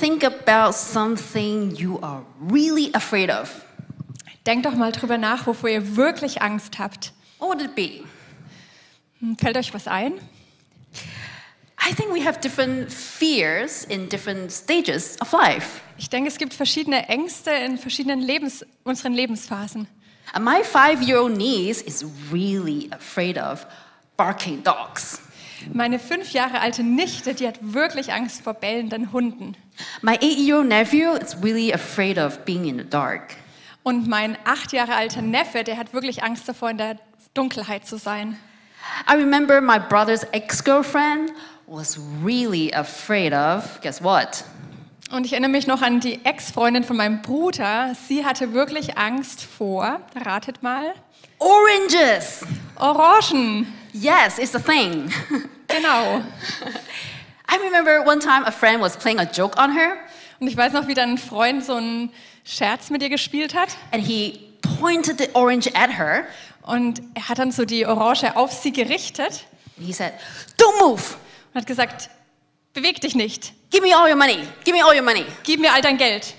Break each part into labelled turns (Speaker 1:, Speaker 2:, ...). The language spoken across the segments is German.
Speaker 1: Think about something you are really afraid of.
Speaker 2: Denkt doch mal drüber nach, wovor ihr wirklich Angst habt.
Speaker 1: What would it be?
Speaker 2: Hm, Fällt euch was ein?
Speaker 1: I think we have different fears in different stages of life.
Speaker 2: Ich denke, es gibt verschiedene Ängste in verschiedenen Lebens unseren Lebensphasen.
Speaker 1: And my five year old niece is really afraid of barking dogs.
Speaker 2: Meine fünf Jahre alte Nichte, die hat wirklich Angst vor bellenden Hunden.
Speaker 1: My eight year old nephew is really afraid of being in the dark.
Speaker 2: Und mein acht Jahre alter Neffe, der hat wirklich Angst davor, in der Dunkelheit zu sein.
Speaker 1: I remember my brother's ex girlfriend was really afraid of, guess what?
Speaker 2: Und ich erinnere mich noch an die Ex-Freundin von meinem Bruder. Sie hatte wirklich Angst vor, ratet mal,
Speaker 1: Oranges!
Speaker 2: Orangen.
Speaker 1: Yes, it's a thing.
Speaker 2: Genau.
Speaker 1: I remember one time a friend was playing a joke on her
Speaker 2: Und ich weiß noch, wie dann ein Freund so einen Scherz mit ihr gespielt hat.
Speaker 1: and he pointed the orange at her.
Speaker 2: Und er hat dann so die Orange auf sie gerichtet
Speaker 1: He said, Don't move!
Speaker 2: und hat gesagt, beweg dich nicht,
Speaker 1: Give me all your money! Give me all your money!
Speaker 2: gib mir all dein Geld.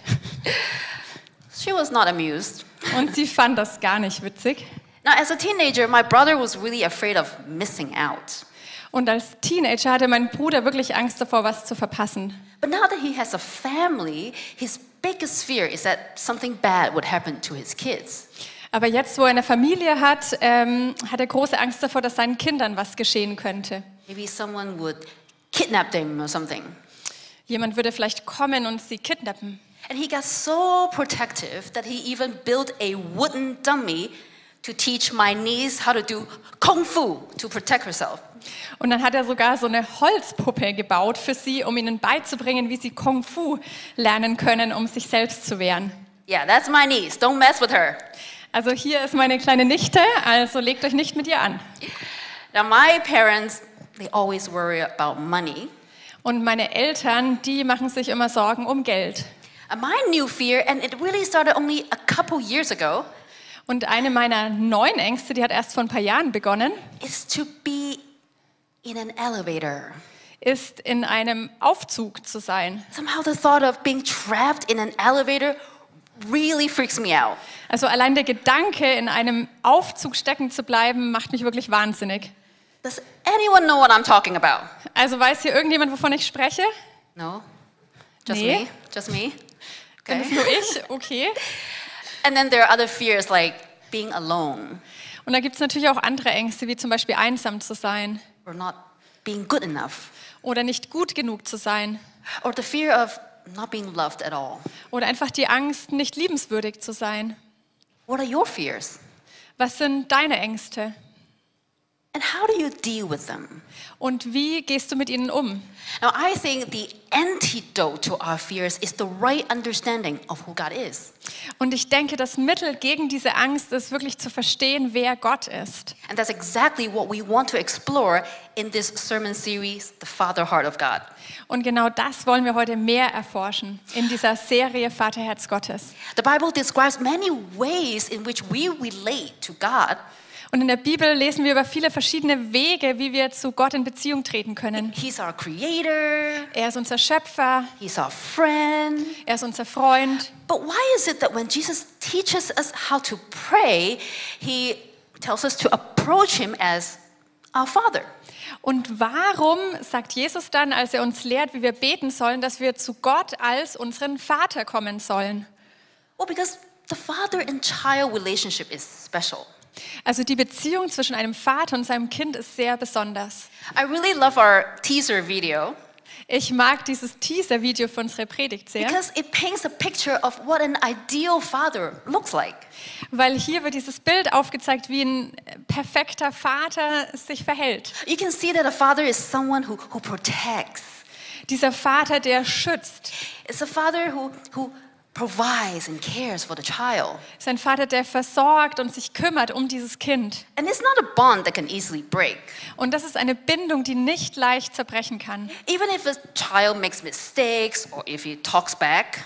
Speaker 1: She was not amused.
Speaker 2: Und sie fand das gar nicht witzig.
Speaker 1: Now, as a teenager, my brother was really afraid of missing out.
Speaker 2: Und als Teenager hatte mein Bruder wirklich Angst davor, was zu verpassen.
Speaker 1: But now that he has a family, his biggest fear is that something bad would happen to his kids.
Speaker 2: Aber jetzt, wo er eine Familie hat, ähm, hat er große Angst davor, dass seinen Kindern was geschehen könnte.
Speaker 1: Maybe someone would kidnap them or something.
Speaker 2: Jemand würde vielleicht kommen und sie kidnappen.
Speaker 1: And he got so protective that he even built a wooden dummy to teach my niece how to do kung fu to protect herself.
Speaker 2: Und dann hat er sogar so eine Holzpuppe gebaut für sie, um ihnen beizubringen, wie sie Kung Fu lernen können, um sich selbst zu wehren.
Speaker 1: Yeah, that's my niece. Don't mess with her.
Speaker 2: Also hier ist meine kleine Nichte, also legt euch nicht mit ihr an.
Speaker 1: Now, my parents, they always worry about money.
Speaker 2: Und meine Eltern, die machen sich immer Sorgen um Geld.
Speaker 1: And my new fear, and it really started only a couple years ago,
Speaker 2: Und eine meiner neuen Ängste, die hat erst vor ein paar Jahren begonnen,
Speaker 1: is to be in an elevator.
Speaker 2: ist in einem Aufzug zu sein.
Speaker 1: Somehow, the thought of being trapped in an elevator really freaks me out.
Speaker 2: Also allein der Gedanke, in einem Aufzug stecken zu bleiben, macht mich wirklich wahnsinnig.
Speaker 1: Does anyone know what I'm talking about?
Speaker 2: Also weiß hier irgendjemand, wovon ich spreche?
Speaker 1: No? Just
Speaker 2: Nee.
Speaker 1: me? Just me?
Speaker 2: Bin es
Speaker 1: Okay.
Speaker 2: nur ich? Okay.
Speaker 1: And then there are other fears like being alone
Speaker 2: Und da gibt es natürlich auch andere Ängste, wie zum Beispiel einsam zu sein
Speaker 1: or not being good enough
Speaker 2: oder nicht gut genug zu sein
Speaker 1: or the fear of not being loved at all.
Speaker 2: oder einfach die Angst, nicht liebenswürdig zu sein.
Speaker 1: What are your fears?
Speaker 2: Was sind deine Ängste
Speaker 1: And how do you deal with them?
Speaker 2: und wie gehst du mit ihnen um?
Speaker 1: Now, I think the antidote to our fears is the right understanding of who God is.
Speaker 2: Und ich denke, das Mittel gegen diese Angst ist wirklich zu verstehen, wer Gott ist.
Speaker 1: And that's exactly what we want to explore in this sermon series, The Father Heart of God.
Speaker 2: Und genau das wollen wir heute mehr erforschen in dieser Serie Vaterherz Gottes.
Speaker 1: The Bible describes many ways in which we relate to God.
Speaker 2: Und in der Bibel lesen wir über viele verschiedene Wege, wie wir zu Gott in Beziehung treten können.
Speaker 1: He's our creator,
Speaker 2: Er ist unser Schöpfer,
Speaker 1: He's our friend.
Speaker 2: er ist unser Freund.
Speaker 1: But why is it that when Jesus teaches us how to pray, He tells us to approach Him as our Father?
Speaker 2: Und warum sagt Jesus dann, als er uns lehrt, wie wir beten sollen, dass wir zu Gott als unseren Vater kommen sollen?
Speaker 1: Well, because the father and child relationship is special.
Speaker 2: Also die Beziehung zwischen einem Vater und seinem Kind ist sehr besonders.
Speaker 1: I really love our teaser video
Speaker 2: Ich mag dieses Teaser-Video für unsere Predigtserie,
Speaker 1: because it paints a picture of what an ideal father looks like.
Speaker 2: weil hier wird dieses Bild aufgezeigt, wie ein perfekter Vater sich verhält.
Speaker 1: You can see that a father is someone who, who protects,
Speaker 2: Dieser Vater, der schützt.
Speaker 1: it's a father who, who provides and cares for the child.
Speaker 2: Sein Vater, der versorgt und sich kümmert um dieses Kind.
Speaker 1: And it's not a bond that can easily break.
Speaker 2: Und das ist eine Bindung, die nicht leicht zerbrechen kann.
Speaker 1: Even if a child makes mistakes or if he talks back,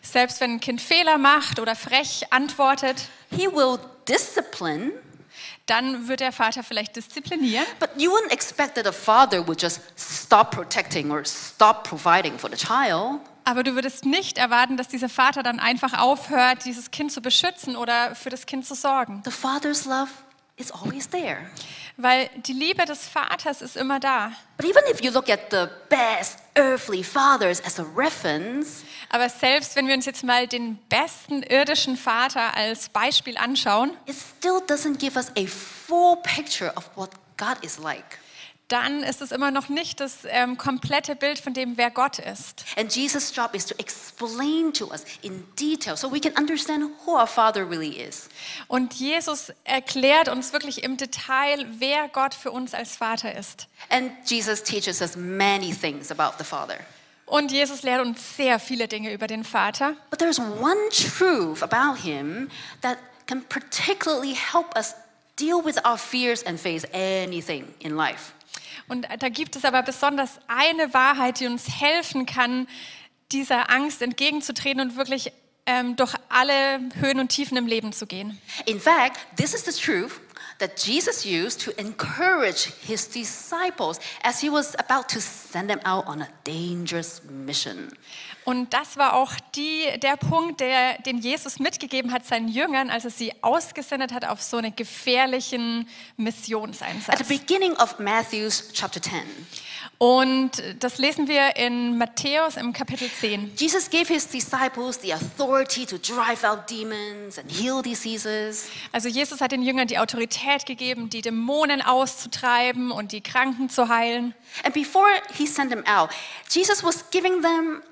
Speaker 2: Selbst wenn ein Kind Fehler macht oder frech antwortet,
Speaker 1: he will discipline,
Speaker 2: dann wird der Vater vielleicht disziplinieren.
Speaker 1: but you wouldn't expect that a father would just stop protecting or stop providing for the child.
Speaker 2: Aber du würdest nicht erwarten, dass dieser Vater dann einfach aufhört, dieses Kind zu beschützen oder für das Kind zu sorgen.
Speaker 1: The father's love is always there.
Speaker 2: Weil die Liebe des Vaters ist immer da.
Speaker 1: But even if you look at the best earthly fathers as a reference,
Speaker 2: Aber selbst wenn wir uns jetzt mal den besten irdischen Vater als Beispiel anschauen,
Speaker 1: it still doesn't give us a full picture of what God is like.
Speaker 2: dann ist es immer noch nicht das ähm, komplette Bild von dem, wer Gott ist.
Speaker 1: And Jesus' job is to explain to us in detail so we can understand who our Father really is.
Speaker 2: Und Jesus erklärt uns wirklich im Detail, wer Gott für uns als Vater ist.
Speaker 1: And Jesus teaches us many things about the Father.
Speaker 2: Und Jesus lehrt uns sehr viele Dinge über den Vater.
Speaker 1: But there's one truth about Him that can particularly help us deal with our fears and face anything in life.
Speaker 2: Und da gibt es aber besonders eine Wahrheit, die uns helfen kann, dieser Angst entgegenzutreten und wirklich ähm, durch alle Höhen und Tiefen im Leben zu gehen.
Speaker 1: In fact, this is the truth that Jesus used to encourage his disciples as he was about to send them out on a dangerous mission.
Speaker 2: Und das war auch die, der Punkt, der, den Jesus mitgegeben hat seinen Jüngern, als er sie ausgesendet hat auf so einen gefährlichen
Speaker 1: At the
Speaker 2: Missionseinsatz.
Speaker 1: beginning of Matthew's chapter 10,
Speaker 2: Und das lesen wir in Matthäus im Kapitel 10.
Speaker 1: Jesus gave his disciples the authority to drive out demons and heal diseases.
Speaker 2: Also Jesus hat den Jüngern die Autorität gegeben, die Dämonen auszutreiben und die Kranken zu heilen.
Speaker 1: And before he sent them out, Jesus was giving them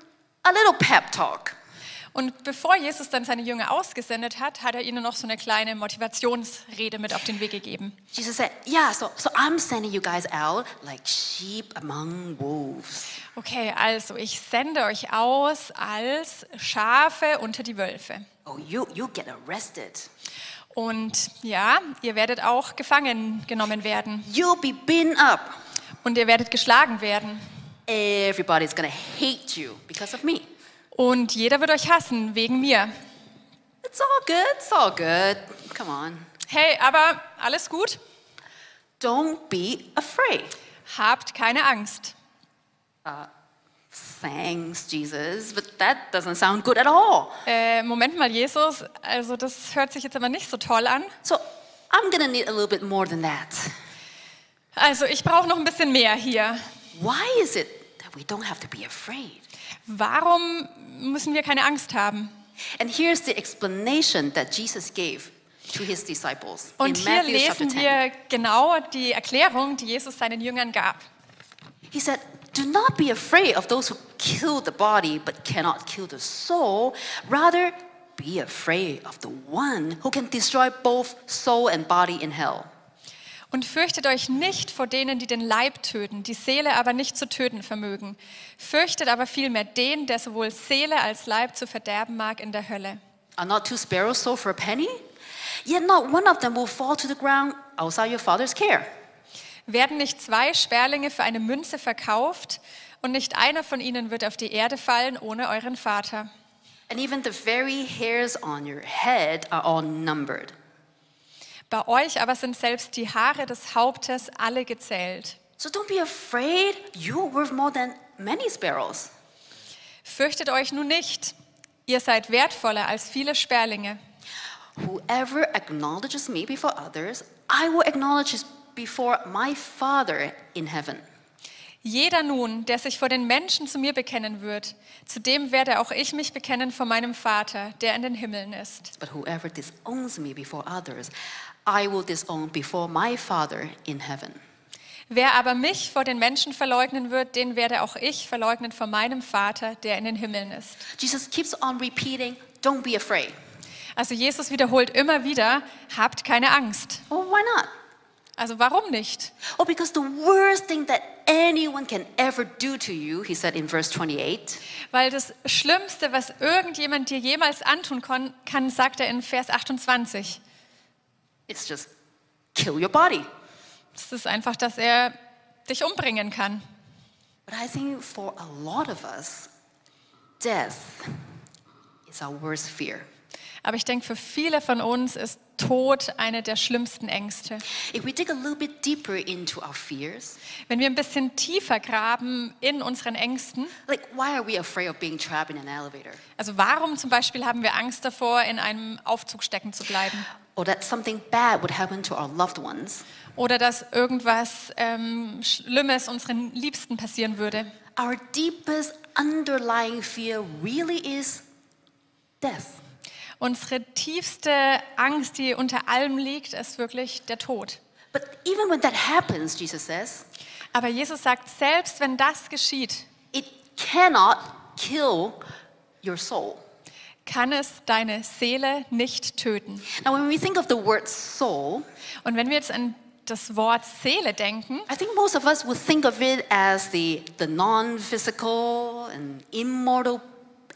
Speaker 1: a little pep talk.
Speaker 2: Und bevor Jesus dann seine Jünger ausgesendet hat, hat er ihnen noch so eine kleine Motivationsrede mit auf den Weg gegeben.
Speaker 1: Jesus said, Yeah, so, so I'm sending you guys out like sheep among wolves.
Speaker 2: Okay, also ich sende euch aus als Schafe unter die Wölfe.
Speaker 1: Oh, you, you get arrested.
Speaker 2: Und ja, ihr werdet auch gefangen genommen werden
Speaker 1: You'll be beaten up.
Speaker 2: und ihr werdet geschlagen werden.
Speaker 1: Everybody's gonna hate you because of me.
Speaker 2: Und jeder wird euch hassen wegen mir.
Speaker 1: It's all good, it's all good. Come on.
Speaker 2: Hey, aber alles gut,
Speaker 1: Don't be afraid.
Speaker 2: habt keine Angst.
Speaker 1: Thanks, Jesus, but that doesn't sound good at all.
Speaker 2: Äh, Moment mal, Jesus, also das hört sich jetzt aber nicht so toll an.
Speaker 1: So I'm gonna need a little bit more than that.
Speaker 2: Also ich brauche noch ein bisschen mehr hier.
Speaker 1: Why is it that we don't have to be afraid?
Speaker 2: Warum müssen wir keine Angst haben?
Speaker 1: And here's the explanation that Jesus gave to his disciples
Speaker 2: Und
Speaker 1: in
Speaker 2: hier
Speaker 1: Matthew chapter
Speaker 2: lesen
Speaker 1: 10.
Speaker 2: wir genau die Erklärung, die Jesus seinen Jüngern gab.
Speaker 1: He said, Do not be afraid of those who kill the body but cannot kill the soul. Rather, be afraid of the one who can destroy both soul and body in hell.
Speaker 2: Und fürchtet euch nicht vor denen, die den Leib töten, die Seele aber nicht zu töten vermögen. Fürchtet aber vielmehr den, der sowohl Seele als Leib zu verderben mag in der Hölle.
Speaker 1: Are not two sparrows sold for a penny? Yet not one of them will fall to the ground outside your father's care.
Speaker 2: Werden nicht zwei Sperlinge für eine Münze verkauft und nicht einer von ihnen wird auf die Erde fallen ohne euren Vater.
Speaker 1: And even the very hairs on your head are all numbered.
Speaker 2: Bei euch aber sind selbst die Haare des Hauptes alle gezählt.
Speaker 1: So don't be afraid. You are worth more than many sparrows.
Speaker 2: Fürchtet euch nun nicht. Ihr seid wertvoller als viele Sperlinge.
Speaker 1: Whoever acknowledges me before others, I will acknowledge his before my Father in heaven.
Speaker 2: Jeder nun, der sich vor den Menschen zu mir bekennen wird, zu dem werde auch ich mich bekennen vor meinem Vater, der in den Himmeln ist.
Speaker 1: But whoever disowns me before others, I will disown before my Father in heaven.
Speaker 2: Wer aber mich vor den Menschen verleugnen wird, den werde auch ich verleugnen vor meinem Vater, der in den Himmeln ist.
Speaker 1: Jesus keeps on repeating, don't be afraid.
Speaker 2: Also Jesus wiederholt immer wieder, habt keine Angst.
Speaker 1: Well, why not?
Speaker 2: Also warum nicht?
Speaker 1: Oh, because the worst thing that anyone can ever do to you, he said in verse 28,
Speaker 2: Weil das Schlimmste, was irgendjemand dir jemals antun kon- kann, sagt er in Vers 28.
Speaker 1: it's just kill your body.
Speaker 2: Es ist einfach, dass er dich umbringen kann.
Speaker 1: But I think for a lot of us, death is our worst fear.
Speaker 2: Aber ich denke, für viele von uns ist Tod eine der schlimmsten Ängste.
Speaker 1: If we dig a little bit deeper into our fears,
Speaker 2: Wenn wir ein bisschen tiefer graben in unseren Ängsten,
Speaker 1: like why are we afraid of being trapped in an elevator?
Speaker 2: also warum zum Beispiel haben wir Angst davor, in einem Aufzug stecken zu bleiben?
Speaker 1: Or that something bad would happen to our loved ones?
Speaker 2: Oder dass irgendwas ähm, Schlimmes unseren Liebsten passieren würde.
Speaker 1: Our deepest underlying fear really is death.
Speaker 2: Unsere tiefste Angst, die unter allem liegt, ist wirklich der Tod.
Speaker 1: But even when that happens, Jesus says,
Speaker 2: Aber Jesus sagt, selbst wenn das geschieht,
Speaker 1: it cannot kill your soul.
Speaker 2: kann es deine Seele nicht töten.
Speaker 1: Now, when we think of the word soul,
Speaker 2: Und wenn wir jetzt an das Wort Seele denken,
Speaker 1: I think most of us would think of it as the, the non physical and immortal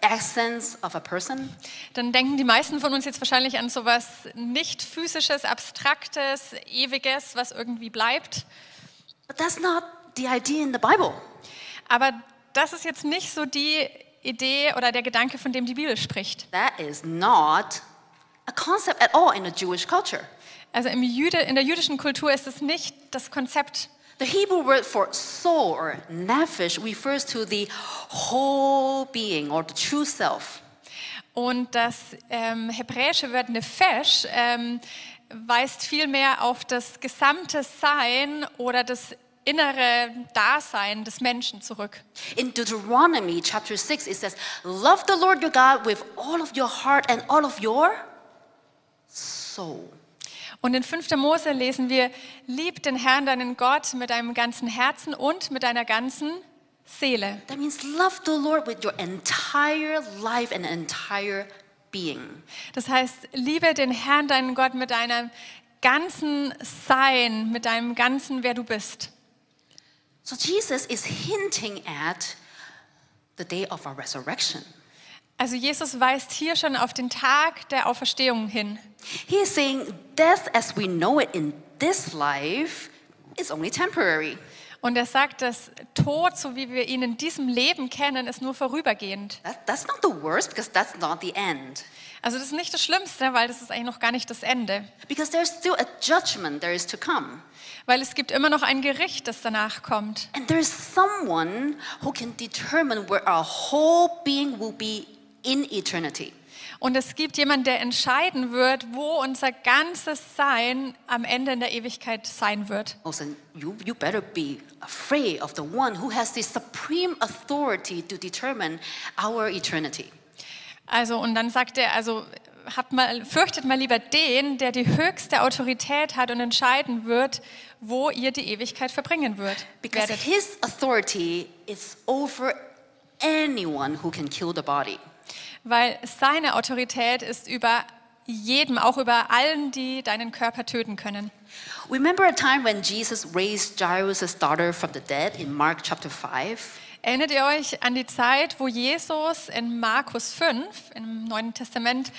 Speaker 1: essence of a person.
Speaker 2: dann denken die meisten von uns jetzt wahrscheinlich an sowas nicht physisches, abstraktes, ewiges, was irgendwie bleibt.
Speaker 1: But that's not the idea in the Bible.
Speaker 2: Aber das ist jetzt nicht so die Idee oder der Gedanke, von dem die Bibel spricht.
Speaker 1: That is not a concept at all in the Jewish culture.
Speaker 2: Also im Jüde, in der jüdischen Kultur ist es nicht das Konzept.
Speaker 1: The Hebrew word for soul or nefesh refers to the whole being or the true self.
Speaker 2: Und das ähm, hebräische Wort nefesh ähm, weist vielmehr auf das gesamte Sein oder das innere Dasein des Menschen zurück.
Speaker 1: In Deuteronomy chapter 6, it says, Love the Lord your God with all of your heart and all of your soul.
Speaker 2: Und in 5. Mose lesen wir, lieb den Herrn, deinen Gott, mit deinem ganzen Herzen und mit deiner ganzen Seele.
Speaker 1: That means love the Lord with your entire life and entire being.
Speaker 2: Das heißt, liebe den Herrn, deinen Gott, mit deinem ganzen Sein, mit deinem ganzen, wer du bist.
Speaker 1: So Jesus is hinting at the day of our resurrection.
Speaker 2: Also Jesus weist hier schon auf den Tag der Auferstehung hin.
Speaker 1: He is saying death as we know it in this life is only temporary.
Speaker 2: Und er sagt, dass Tod, so wie wir ihn in diesem Leben kennen, ist nur vorübergehend.
Speaker 1: That, that's not the worst because that's not the end.
Speaker 2: Also das ist nicht das Schlimmste, weil das ist eigentlich noch gar nicht das Ende.
Speaker 1: Because there's still a judgment there is to come.
Speaker 2: Weil es gibt immer noch ein Gericht, das danach kommt.
Speaker 1: And there's someone who can determine where our whole being will be in eternity.
Speaker 2: Und es gibt jemanden, der entscheiden wird, wo unser ganzes Sein am Ende in der Ewigkeit sein wird.
Speaker 1: Oh, so you, you better be afraid of the one who has the supreme authority to determine our eternity.
Speaker 2: Also und dann sagt er, also habt mal, fürchtet mal lieber den, der die höchste Autorität hat und entscheiden wird, wo ihr die Ewigkeit verbringen wird.
Speaker 1: Because
Speaker 2: Werdet.
Speaker 1: his authority is over anyone who can kill the body.
Speaker 2: Weil seine Autorität ist über jedem, auch über allen, die deinen Körper töten können.
Speaker 1: Remember a time when Jesus raised Jairus' daughter from the dead in Mark chapter 5?
Speaker 2: Erinnert ihr euch an die Zeit, wo Jesus in Markus 5 im Neuen Testament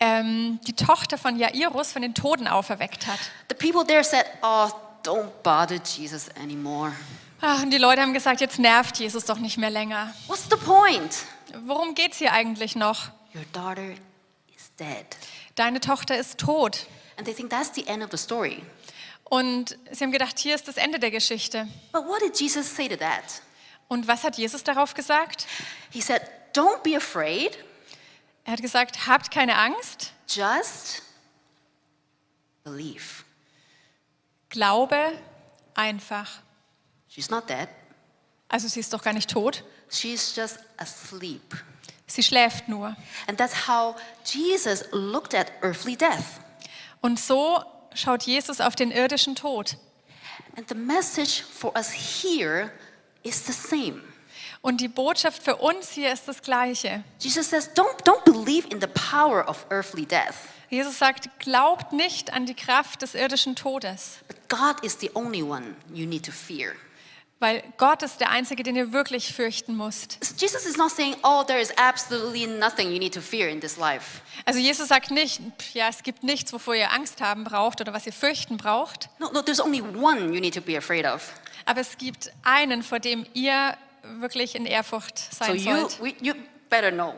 Speaker 2: ähm, die Tochter von Jairus von den Toten auferweckt hat?
Speaker 1: The people there said, Oh, don't bother Jesus anymore.
Speaker 2: Ach, Ah, und die Leute haben gesagt, jetzt nervt Jesus doch nicht mehr länger.
Speaker 1: What's the point?
Speaker 2: Worum geht's hier eigentlich noch?
Speaker 1: Your daughter is dead.
Speaker 2: Deine Tochter ist tot.
Speaker 1: And they think that's the end of the story.
Speaker 2: Und sie haben gedacht, hier ist das Ende der Geschichte.
Speaker 1: But what did Jesus say to that?
Speaker 2: Und was hat Jesus darauf gesagt?
Speaker 1: He said, Don't be afraid,
Speaker 2: Er hat gesagt, habt keine Angst,
Speaker 1: just believe.
Speaker 2: glaube einfach.
Speaker 1: She's not dead,
Speaker 2: Also sie ist doch gar nicht tot,
Speaker 1: she's just asleep.
Speaker 2: sie schläft nur.
Speaker 1: And that's how Jesus looked at earthly death.
Speaker 2: Und so schaut Jesus auf den irdischen Tod.
Speaker 1: And the message for us here is the same.
Speaker 2: Und die Botschaft für uns hier ist das gleiche.
Speaker 1: Jesus says, don't, don't believe in the power of earthly death.
Speaker 2: Jesus sagt, glaubt nicht an die Kraft des irdischen Todes,
Speaker 1: But God is the only one you need to fear.
Speaker 2: weil Gott ist der Einzige, den ihr wirklich fürchten müsst.
Speaker 1: So Jesus is not saying, oh, there is absolutely nothing you need to fear in this life.
Speaker 2: Also Jesus sagt nicht, pf, ja, es gibt nichts, wovor ihr Angst haben braucht oder was ihr fürchten braucht,
Speaker 1: No, no, there's only one you need to be afraid of.
Speaker 2: aber es gibt einen, vor dem ihr wirklich in Ehrfurcht
Speaker 1: So
Speaker 2: sein
Speaker 1: you,
Speaker 2: sollt.
Speaker 1: we, you better know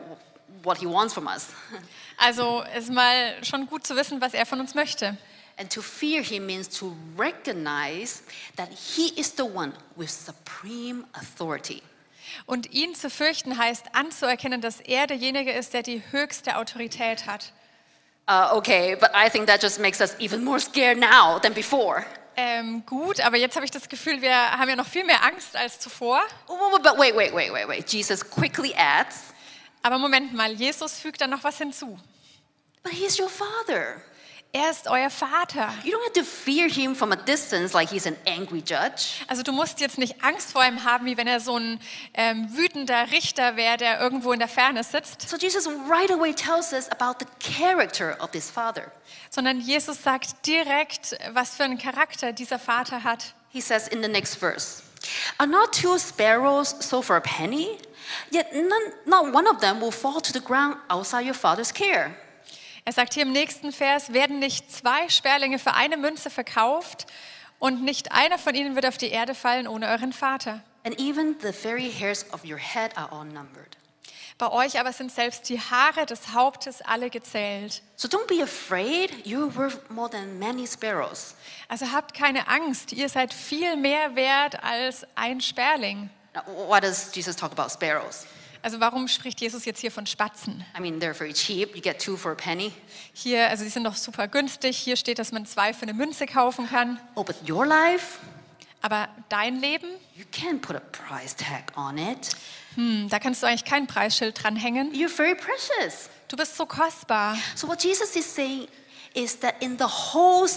Speaker 1: what he wants from us.
Speaker 2: Also ist mal schon gut zu wissen, was er von uns möchte.
Speaker 1: And to fear him means to recognize that he is the one with supreme authority.
Speaker 2: Und ihn zu fürchten heißt anzuerkennen, dass er derjenige ist, der die höchste Autorität hat.
Speaker 1: Uh, okay, but I think that just makes us even more scared now than before.
Speaker 2: Ähm, gut, aber jetzt habe ich das Gefühl, wir haben ja noch viel mehr Angst als zuvor.
Speaker 1: Oh, But but wait, wait, wait, wait, wait. Jesus quickly adds,
Speaker 2: Aber Moment mal, Jesus fügt dann noch was hinzu.
Speaker 1: but he's your father.
Speaker 2: Er ist euer Vater.
Speaker 1: You don't have to fear him from a distance like he's an angry judge.
Speaker 2: Also du musst jetzt nicht Angst vor ihm haben, wie wenn er so ein ähm, wütender Richter wäre, der irgendwo in der Ferne sitzt,
Speaker 1: So Jesus right away tells us about the character of this father.
Speaker 2: sondern Jesus sagt direkt, was für einen Charakter dieser Vater hat.
Speaker 1: He says in the next verse, Are not two sparrows sold for a penny? Yet none, not one of them will fall to the ground outside your father's care.
Speaker 2: Er sagt hier im nächsten Vers, werden nicht zwei Sperlinge für eine Münze verkauft und nicht einer von ihnen wird auf die Erde fallen ohne euren Vater.
Speaker 1: And even the very hairs of your head are all numbered.
Speaker 2: Bei euch aber sind selbst die Haare des Hauptes alle gezählt.
Speaker 1: So don't be afraid, you're worth more than many sparrows.
Speaker 2: Also habt keine Angst, ihr seid viel mehr wert als ein Sperling.
Speaker 1: Now, why does Jesus talk about sparrows?
Speaker 2: Also warum spricht Jesus jetzt hier von Spatzen?
Speaker 1: I mean, they're very cheap, you get two for a penny.
Speaker 2: Hier, also die sind doch super günstig. Hier steht, dass man zwei für eine Münze kaufen kann.
Speaker 1: Oh, but your life,
Speaker 2: Aber dein Leben,
Speaker 1: you can't put a price tag on it.
Speaker 2: hm, da kannst du eigentlich kein Preisschild dranhängen.
Speaker 1: You're very precious.
Speaker 2: Du bist so kostbar.
Speaker 1: So, what Jesus is saying is that in the whole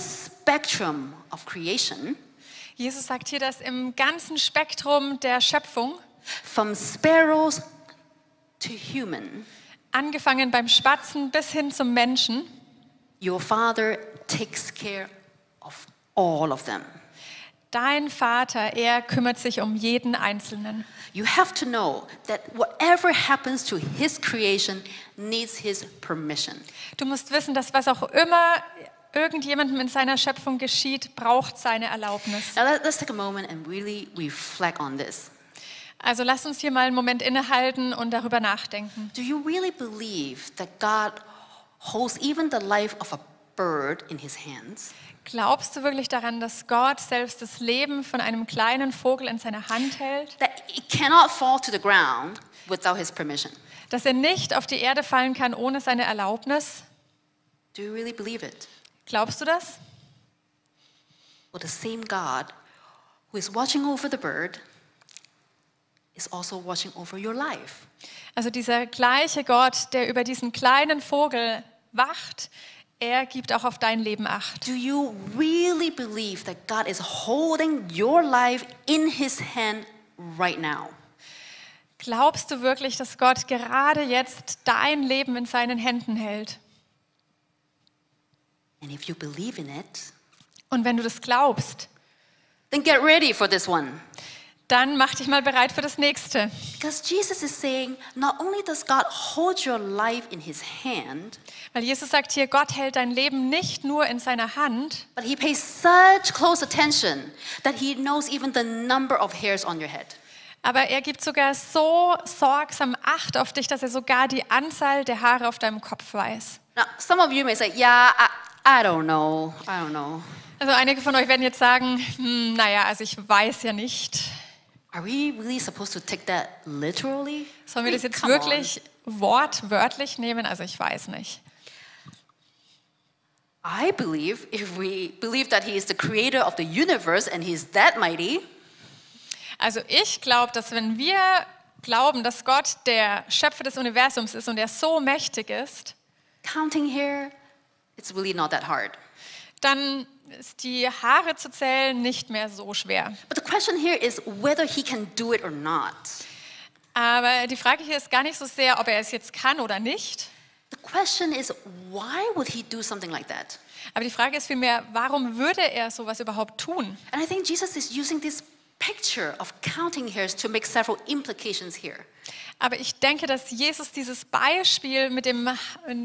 Speaker 1: spectrum of creation,
Speaker 2: Jesus sagt hier, dass im ganzen Spektrum der Schöpfung,
Speaker 1: from sparrows to human,
Speaker 2: angefangen beim Spatzen bis hin zum Menschen,
Speaker 1: your Father takes care of all of them.
Speaker 2: dein Vater, er kümmert sich um jeden Einzelnen.
Speaker 1: You have to know that whatever happens to His creation needs His permission.
Speaker 2: Du musst wissen, dass was auch immer irgendjemandem in seiner Schöpfung geschieht, braucht seine Erlaubnis.
Speaker 1: Now, let- let's take a moment and really reflect on this.
Speaker 2: Also lass uns hier mal einen Moment innehalten und darüber nachdenken.
Speaker 1: Do you really believe that God holds even the life of a bird in His hands?
Speaker 2: Glaubst du wirklich daran, dass Gott selbst das Leben von einem kleinen Vogel in seiner Hand hält?
Speaker 1: that it cannot fall to the ground without his permission.
Speaker 2: Dass er nicht auf die Erde fallen kann ohne seine Erlaubnis?
Speaker 1: Do you really believe it?
Speaker 2: Glaubst du das?
Speaker 1: Well, the same God who is watching over the bird is also watching over your life.
Speaker 2: Also dieser gleiche Gott, der über diesen kleinen Vogel wacht, er gibt auch auf dein Leben Acht.
Speaker 1: Do you really believe that God is holding your life in his hand right now?
Speaker 2: Glaubst du wirklich, dass Gott gerade jetzt dein Leben in seinen Händen hält?
Speaker 1: And if you believe in it,
Speaker 2: Und wenn du das glaubst,
Speaker 1: then get ready for this one.
Speaker 2: dann mach dich mal bereit für das nächste.
Speaker 1: Because Jesus is saying, not only does God hold your life in his hand,
Speaker 2: Weil Jesus sagt hier, Gott hält dein Leben nicht nur in seiner Hand,
Speaker 1: But he pays such close attention that he knows even the number of hairs on your head.
Speaker 2: aber er gibt sogar so sorgsam Acht auf dich, dass er sogar die Anzahl der Haare auf deinem Kopf weiß.
Speaker 1: Now, some of you may say, Yeah, I, I don't know. I don't know.
Speaker 2: Also einige von euch werden jetzt sagen, hm, naja, also ich weiß ja nicht.
Speaker 1: Are we really supposed to take that literally?
Speaker 2: Sollen wir das jetzt
Speaker 1: Come on.
Speaker 2: wirklich wortwörtlich nehmen? Also ich weiß nicht.
Speaker 1: I believe if we believe that he is the creator of the universe and he's that mighty,
Speaker 2: Also ich glaube, dass wenn wir glauben, dass Gott der Schöpfer des Universums ist und er so mächtig ist,
Speaker 1: counting hair, it's really not that hard.
Speaker 2: dann ist die Haare zu zählen nicht mehr so schwer.
Speaker 1: But the question here is whether he can do it or not.
Speaker 2: Aber die Frage hier ist gar nicht so sehr, ob er es jetzt kann oder nicht.
Speaker 1: The question is why would he do something like that?
Speaker 2: Aber die Frage ist vielmehr, warum würde er sowas überhaupt tun?
Speaker 1: And I think Jesus is using this picture of counting hairs to make several implications here.
Speaker 2: Aber ich denke, dass Jesus dieses Beispiel mit dem,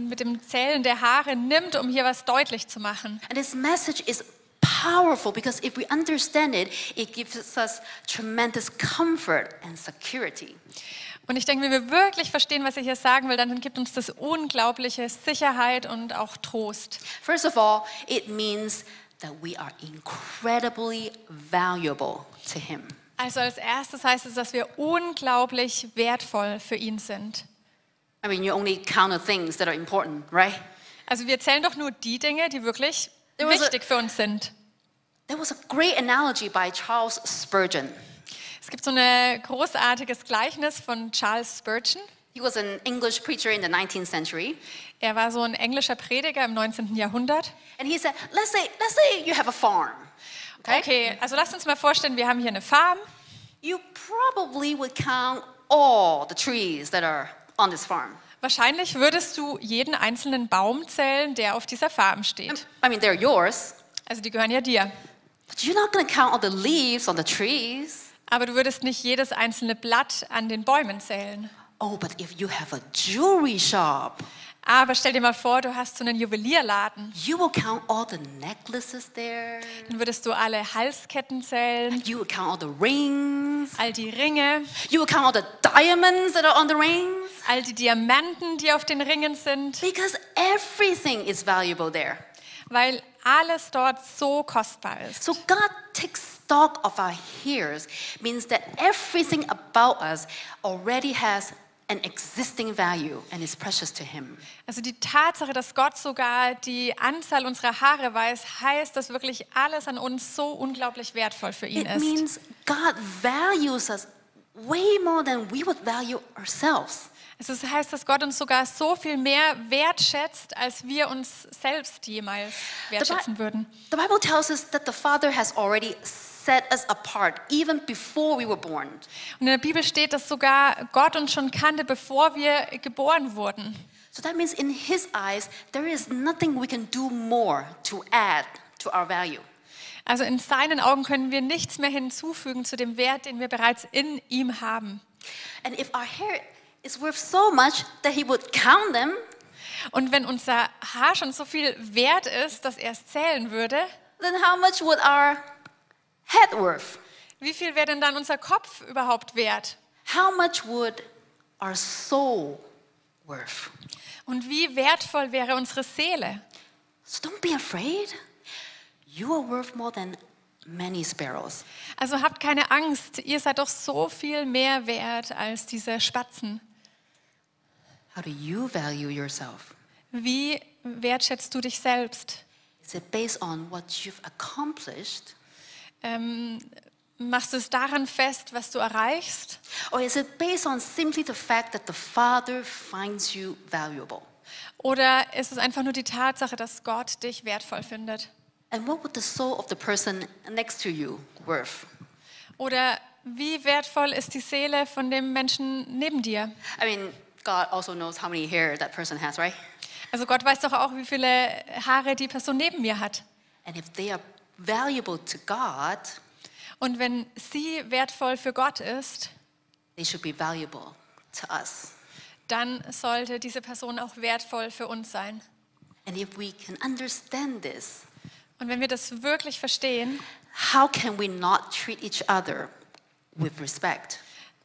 Speaker 2: mit dem Zählen der Haare nimmt, um hier was deutlich zu machen.
Speaker 1: And this message is powerful because if we understand it, it gives us tremendous comfort and security.
Speaker 2: Und ich denke, wenn wir wirklich verstehen, was er hier sagen will, dann gibt uns das unglaubliche Sicherheit und auch Trost.
Speaker 1: First of all, it means that we are incredibly valuable to Him.
Speaker 2: Also als erstes heißt es, dass wir unglaublich wertvoll für ihn sind.
Speaker 1: I mean, you only count the things that are important, right?
Speaker 2: Also wir zählen doch nur die Dinge, die wirklich
Speaker 1: There was a-
Speaker 2: wichtig für uns sind.
Speaker 1: There was a great analogy by Charles Spurgeon.
Speaker 2: Es gibt so ein großartiges Gleichnis von Charles Spurgeon.
Speaker 1: He was an English preacher in the 19th century,
Speaker 2: Er war so ein englischer Prediger im 19. Jahrhundert.
Speaker 1: and he said, "Let's say, let's say you have a farm. Okay,
Speaker 2: Okay, also lasst uns mal vorstellen, wir haben hier eine Farm.
Speaker 1: you probably would count all the trees that are on this farm.
Speaker 2: Wahrscheinlich würdest du jeden einzelnen Baum zählen, der auf dieser Farm steht.
Speaker 1: I mean, they're yours,
Speaker 2: Also die gehören ja dir.
Speaker 1: but you're not going to count all the leaves on the trees.
Speaker 2: Aber du würdest nicht jedes einzelne Blatt an den Bäumen zählen.
Speaker 1: Oh, but if you have a jewelry shop,
Speaker 2: Aber stell dir mal vor, du hast so einen Juwelierladen.
Speaker 1: you will count all the necklaces there.
Speaker 2: Dann würdest du alle Halsketten zählen,
Speaker 1: You will count all the rings.
Speaker 2: all die Ringe,
Speaker 1: You will count all the diamonds that are on the rings.
Speaker 2: all die Diamanten, die auf den Ringen sind,
Speaker 1: Because everything is valuable there.
Speaker 2: weil alles dort so kostbar ist.
Speaker 1: So God takes stock of our hearers means that everything about us already has an existing value and is precious to him.
Speaker 2: Also die Tatsache, dass Gott sogar die Anzahl unserer Haare weiß, heißt, dass wirklich alles an uns so unglaublich wertvoll für ihn
Speaker 1: It
Speaker 2: ist.
Speaker 1: means God values us way more than we would value ourselves.
Speaker 2: Also es heißt, dass Gott uns sogar so viel mehr wertschätzt, als wir uns selbst jemals wertschätzen würden.
Speaker 1: The Bible tells us that the Father has already set us apart even before we were born.
Speaker 2: Und in der Bibel steht, dass sogar Gott uns schon kannte, bevor wir geboren wurden.
Speaker 1: So that means in his eyes there is nothing we can do more to add to our value.
Speaker 2: Also in seinen Augen können wir nichts mehr hinzufügen zu dem Wert, den wir bereits in ihm haben.
Speaker 1: And if our hair is worth so much that he would count them,
Speaker 2: Und wenn unser Haar schon so viel wert ist, dass er es zählen würde,
Speaker 1: then how much would our head worth?
Speaker 2: wie viel wäre denn dann unser Kopf überhaupt wert?
Speaker 1: How much would our soul worth?
Speaker 2: Und wie wertvoll wäre unsere Seele?
Speaker 1: So don't be afraid. You are worth more than many sparrows.
Speaker 2: Also habt keine Angst, ihr seid doch so viel mehr wert als diese Spatzen.
Speaker 1: How do you value yourself?
Speaker 2: Wie wertschätzt du dich selbst?
Speaker 1: Is it based on what you've accomplished?
Speaker 2: Ähm, machst du es daran fest, was du erreichst?
Speaker 1: Or is it based on simply the fact that the Father finds you valuable?
Speaker 2: Oder ist es einfach nur die Tatsache, dass Gott dich wertvoll findet?
Speaker 1: And what would the soul of the person next to you worth?
Speaker 2: Oder wie wertvoll ist die Seele von dem Menschen neben dir?
Speaker 1: I mean, God also knows how many hair that person has, right?
Speaker 2: Also Gott weiß doch auch, wie viele Haare die Person neben mir hat.
Speaker 1: And if they are valuable to God,
Speaker 2: Und wenn sie wertvoll für Gott ist,
Speaker 1: they should be valuable to us.
Speaker 2: dann sollte diese Person auch wertvoll für uns sein.
Speaker 1: And if we can understand this,
Speaker 2: Und wenn wir das wirklich verstehen,
Speaker 1: how can we not treat each other with respect?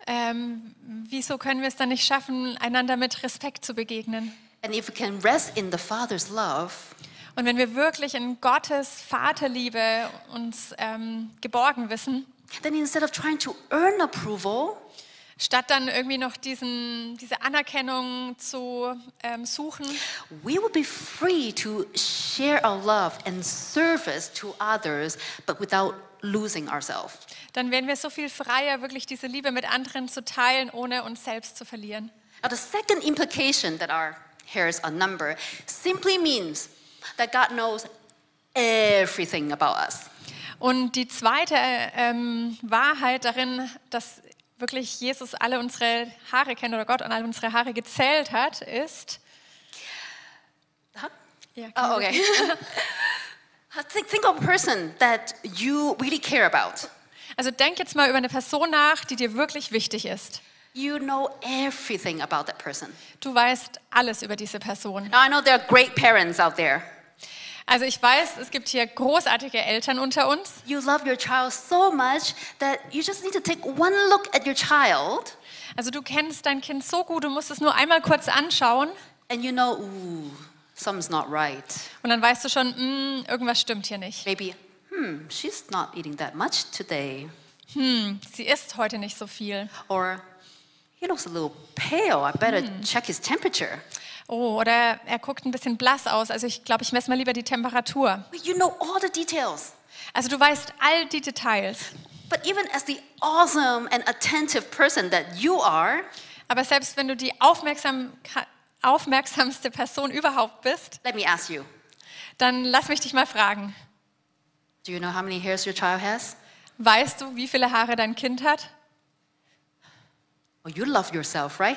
Speaker 2: ähm, wieso können wir es dann nicht schaffen, einander mit Respekt zu begegnen?
Speaker 1: And if we can rest in the Father's love,
Speaker 2: Und wenn wir wirklich in Gottes Vaterliebe uns ähm, geborgen wissen,
Speaker 1: then instead of trying to earn approval,
Speaker 2: statt dann irgendwie noch diesen, diese Anerkennung zu ähm, suchen,
Speaker 1: we will be free to share our love and service to others, but without losing ourselves.
Speaker 2: dann werden wir so viel freier, wirklich diese Liebe mit anderen zu teilen, ohne uns selbst zu verlieren.
Speaker 1: Now, the second implication that our hairs are numbered simply means that God knows everything about us.
Speaker 2: Und die zweite ähm, Wahrheit darin, dass wirklich Jesus alle unsere Haare kennt oder Gott an alle unsere Haare gezählt hat, ist. Ah.
Speaker 1: Huh?
Speaker 2: Ja,
Speaker 1: Oh, okay. think, think of a person that you really care about.
Speaker 2: Also denk jetzt mal über eine Person nach, die dir wirklich wichtig ist.
Speaker 1: You know everything about that person.
Speaker 2: Du weißt alles über diese Person.
Speaker 1: Now, I know there are great parents out there.
Speaker 2: Also ich weiß, es gibt hier großartige Eltern unter uns.
Speaker 1: You love your child so much that you just need to take one look at your child
Speaker 2: Also du kennst dein Kind so gut, du musst es nur einmal kurz anschauen
Speaker 1: And you know, ooh, something's not right.
Speaker 2: und dann weißt du schon, "Mm, irgendwas stimmt hier nicht.
Speaker 1: Maybe, hmm, she's not eating that much today.
Speaker 2: Sie isst heute nicht so viel.
Speaker 1: Or, he looks a little pale. I better check his temperature.
Speaker 2: Oh, oder er guckt ein bisschen blass aus. Also ich glaube, ich messe mal lieber die Temperatur.
Speaker 1: But you know all the details.
Speaker 2: Also du weißt all die Details.
Speaker 1: But even as the awesome and attentive person that you are,
Speaker 2: Aber selbst wenn du die aufmerksam, aufmerksamste Person überhaupt bist,
Speaker 1: let me ask you
Speaker 2: dann lass mich dich mal fragen.
Speaker 1: do you know how many hairs your child has?
Speaker 2: Weißt du, wie viele Haare dein Kind hat?
Speaker 1: Oh, you love yourself, right?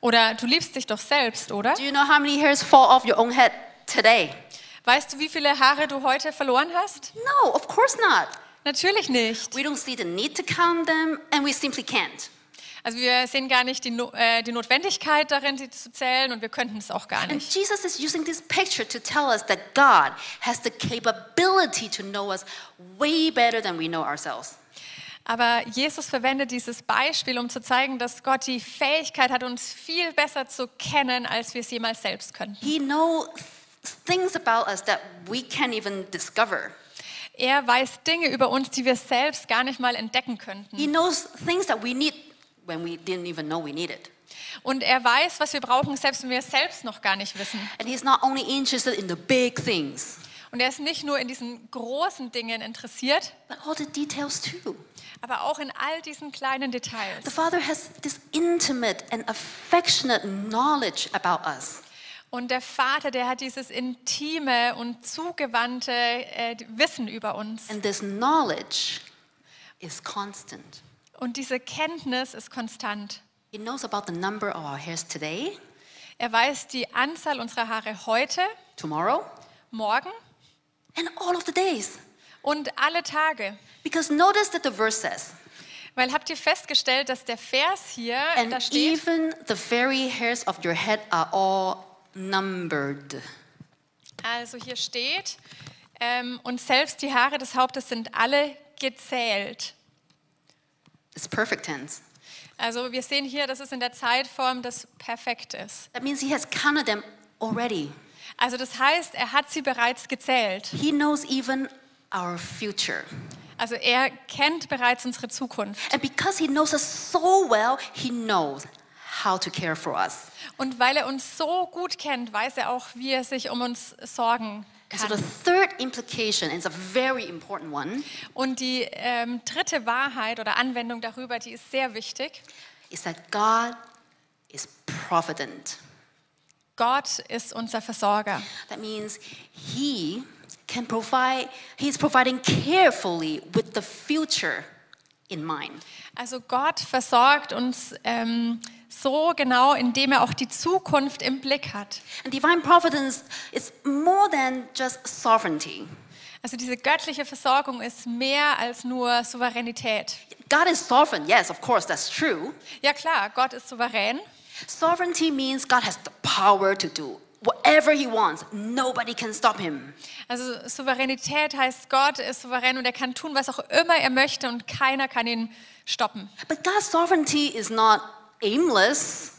Speaker 2: Oder du liebst dich doch selbst, oder?
Speaker 1: Do you know how many hairs fall off your own head today?
Speaker 2: Weißt du, wie viele Haare du heute verloren hast?
Speaker 1: No, of course not.
Speaker 2: Natürlich nicht.
Speaker 1: We don't see the need to count them, and we simply can't.
Speaker 2: Also wir sehen gar nicht die, no äh, die Notwendigkeit darin, sie zu zählen und wir könnten es auch gar
Speaker 1: And
Speaker 2: nicht.
Speaker 1: Jesus is using this picture to tell us that God has the capability to know us way better than we know ourselves.
Speaker 2: Aber Jesus verwendet dieses Beispiel, um zu zeigen, dass Gott die Fähigkeit hat, uns viel besser zu kennen, als wir es jemals selbst können.
Speaker 1: He knows things about us that we can't even discover.
Speaker 2: Er weiß Dinge über uns, die wir selbst gar nicht mal entdecken könnten.
Speaker 1: He knows things that we need when we didn't even know we needed.
Speaker 2: Und er weiß, was wir brauchen, selbst wenn wir es selbst noch gar nicht wissen.
Speaker 1: And he's not only interested in the big things,
Speaker 2: Und er ist nicht nur in diesen großen Dingen interessiert,
Speaker 1: but all the details too.
Speaker 2: aber auch in all diesen kleinen
Speaker 1: The
Speaker 2: Details.
Speaker 1: Father has this intimate and affectionate knowledge about us.
Speaker 2: Und der Vater, der hat dieses intime und zugewandte äh, Wissen über uns.
Speaker 1: And this knowledge is constant.
Speaker 2: Und diese Kenntnis ist konstant.
Speaker 1: He knows about the number of our hairs today,
Speaker 2: Er weiß die Anzahl unserer Haare heute,
Speaker 1: tomorrow,
Speaker 2: morgen
Speaker 1: and all of the days.
Speaker 2: und alle Tage.
Speaker 1: Because notice that the verse says,
Speaker 2: Weil habt ihr festgestellt, dass der Vers hier,
Speaker 1: and
Speaker 2: da steht,
Speaker 1: even the very hairs of your head are all numbered.
Speaker 2: also hier steht, ähm, und selbst die Haare des Hauptes sind alle gezählt.
Speaker 1: It's perfect tense.
Speaker 2: Also wir sehen hier, dass es in der Zeitform das Perfekt ist.
Speaker 1: That means he has counted them already.
Speaker 2: Also das heißt, er hat sie bereits gezählt.
Speaker 1: He knows even our future.
Speaker 2: Also er kennt bereits unsere Zukunft.
Speaker 1: And because he knows us so well, he knows how to care for us.
Speaker 2: Und weil er uns so gut kennt, weiß er auch, wie er sich um uns sorgen
Speaker 1: And so
Speaker 2: kann.
Speaker 1: the third implication, and it's a very important one,
Speaker 2: Und die ähm, dritte Wahrheit oder Anwendung darüber, die ist sehr wichtig.
Speaker 1: is that God is provident.
Speaker 2: Gott ist unser Versorger.
Speaker 1: That means he can provide, he's providing carefully with the future in mind.
Speaker 2: Also Gott versorgt uns ähm, so genau, indem er auch die Zukunft im Blick hat.
Speaker 1: And divine providence is more than just sovereignty.
Speaker 2: Also diese göttliche Versorgung ist mehr als nur Souveränität.
Speaker 1: God is sovereign, yes, of course, that's true.
Speaker 2: Ja klar, Gott ist souverän,
Speaker 1: Sovereignty means God has the power to do whatever he wants. Nobody can stop him.
Speaker 2: Also Souveränität heißt, Gott ist souverän und er kann tun, was auch immer er möchte und keiner kann ihn stoppen.
Speaker 1: But God's sovereignty is not aimless.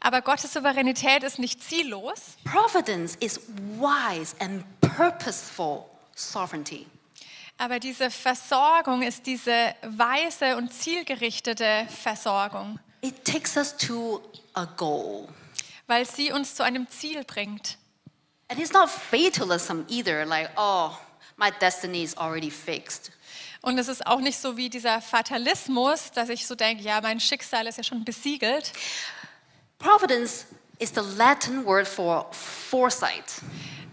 Speaker 2: Aber Gottes Souveränität ist nicht ziellos.
Speaker 1: Providence is wise and purposeful sovereignty.
Speaker 2: Aber diese Versorgung ist diese weise und zielgerichtete Versorgung,
Speaker 1: It takes us to a goal.
Speaker 2: weil sie uns zu einem Ziel bringt.
Speaker 1: And it's not fatalism either, like, oh, my destiny is already fixed.
Speaker 2: Und es ist auch nicht so wie dieser Fatalismus, dass ich so denke, ja, mein Schicksal ist ja schon besiegelt.
Speaker 1: Providence is the Latin word for foresight.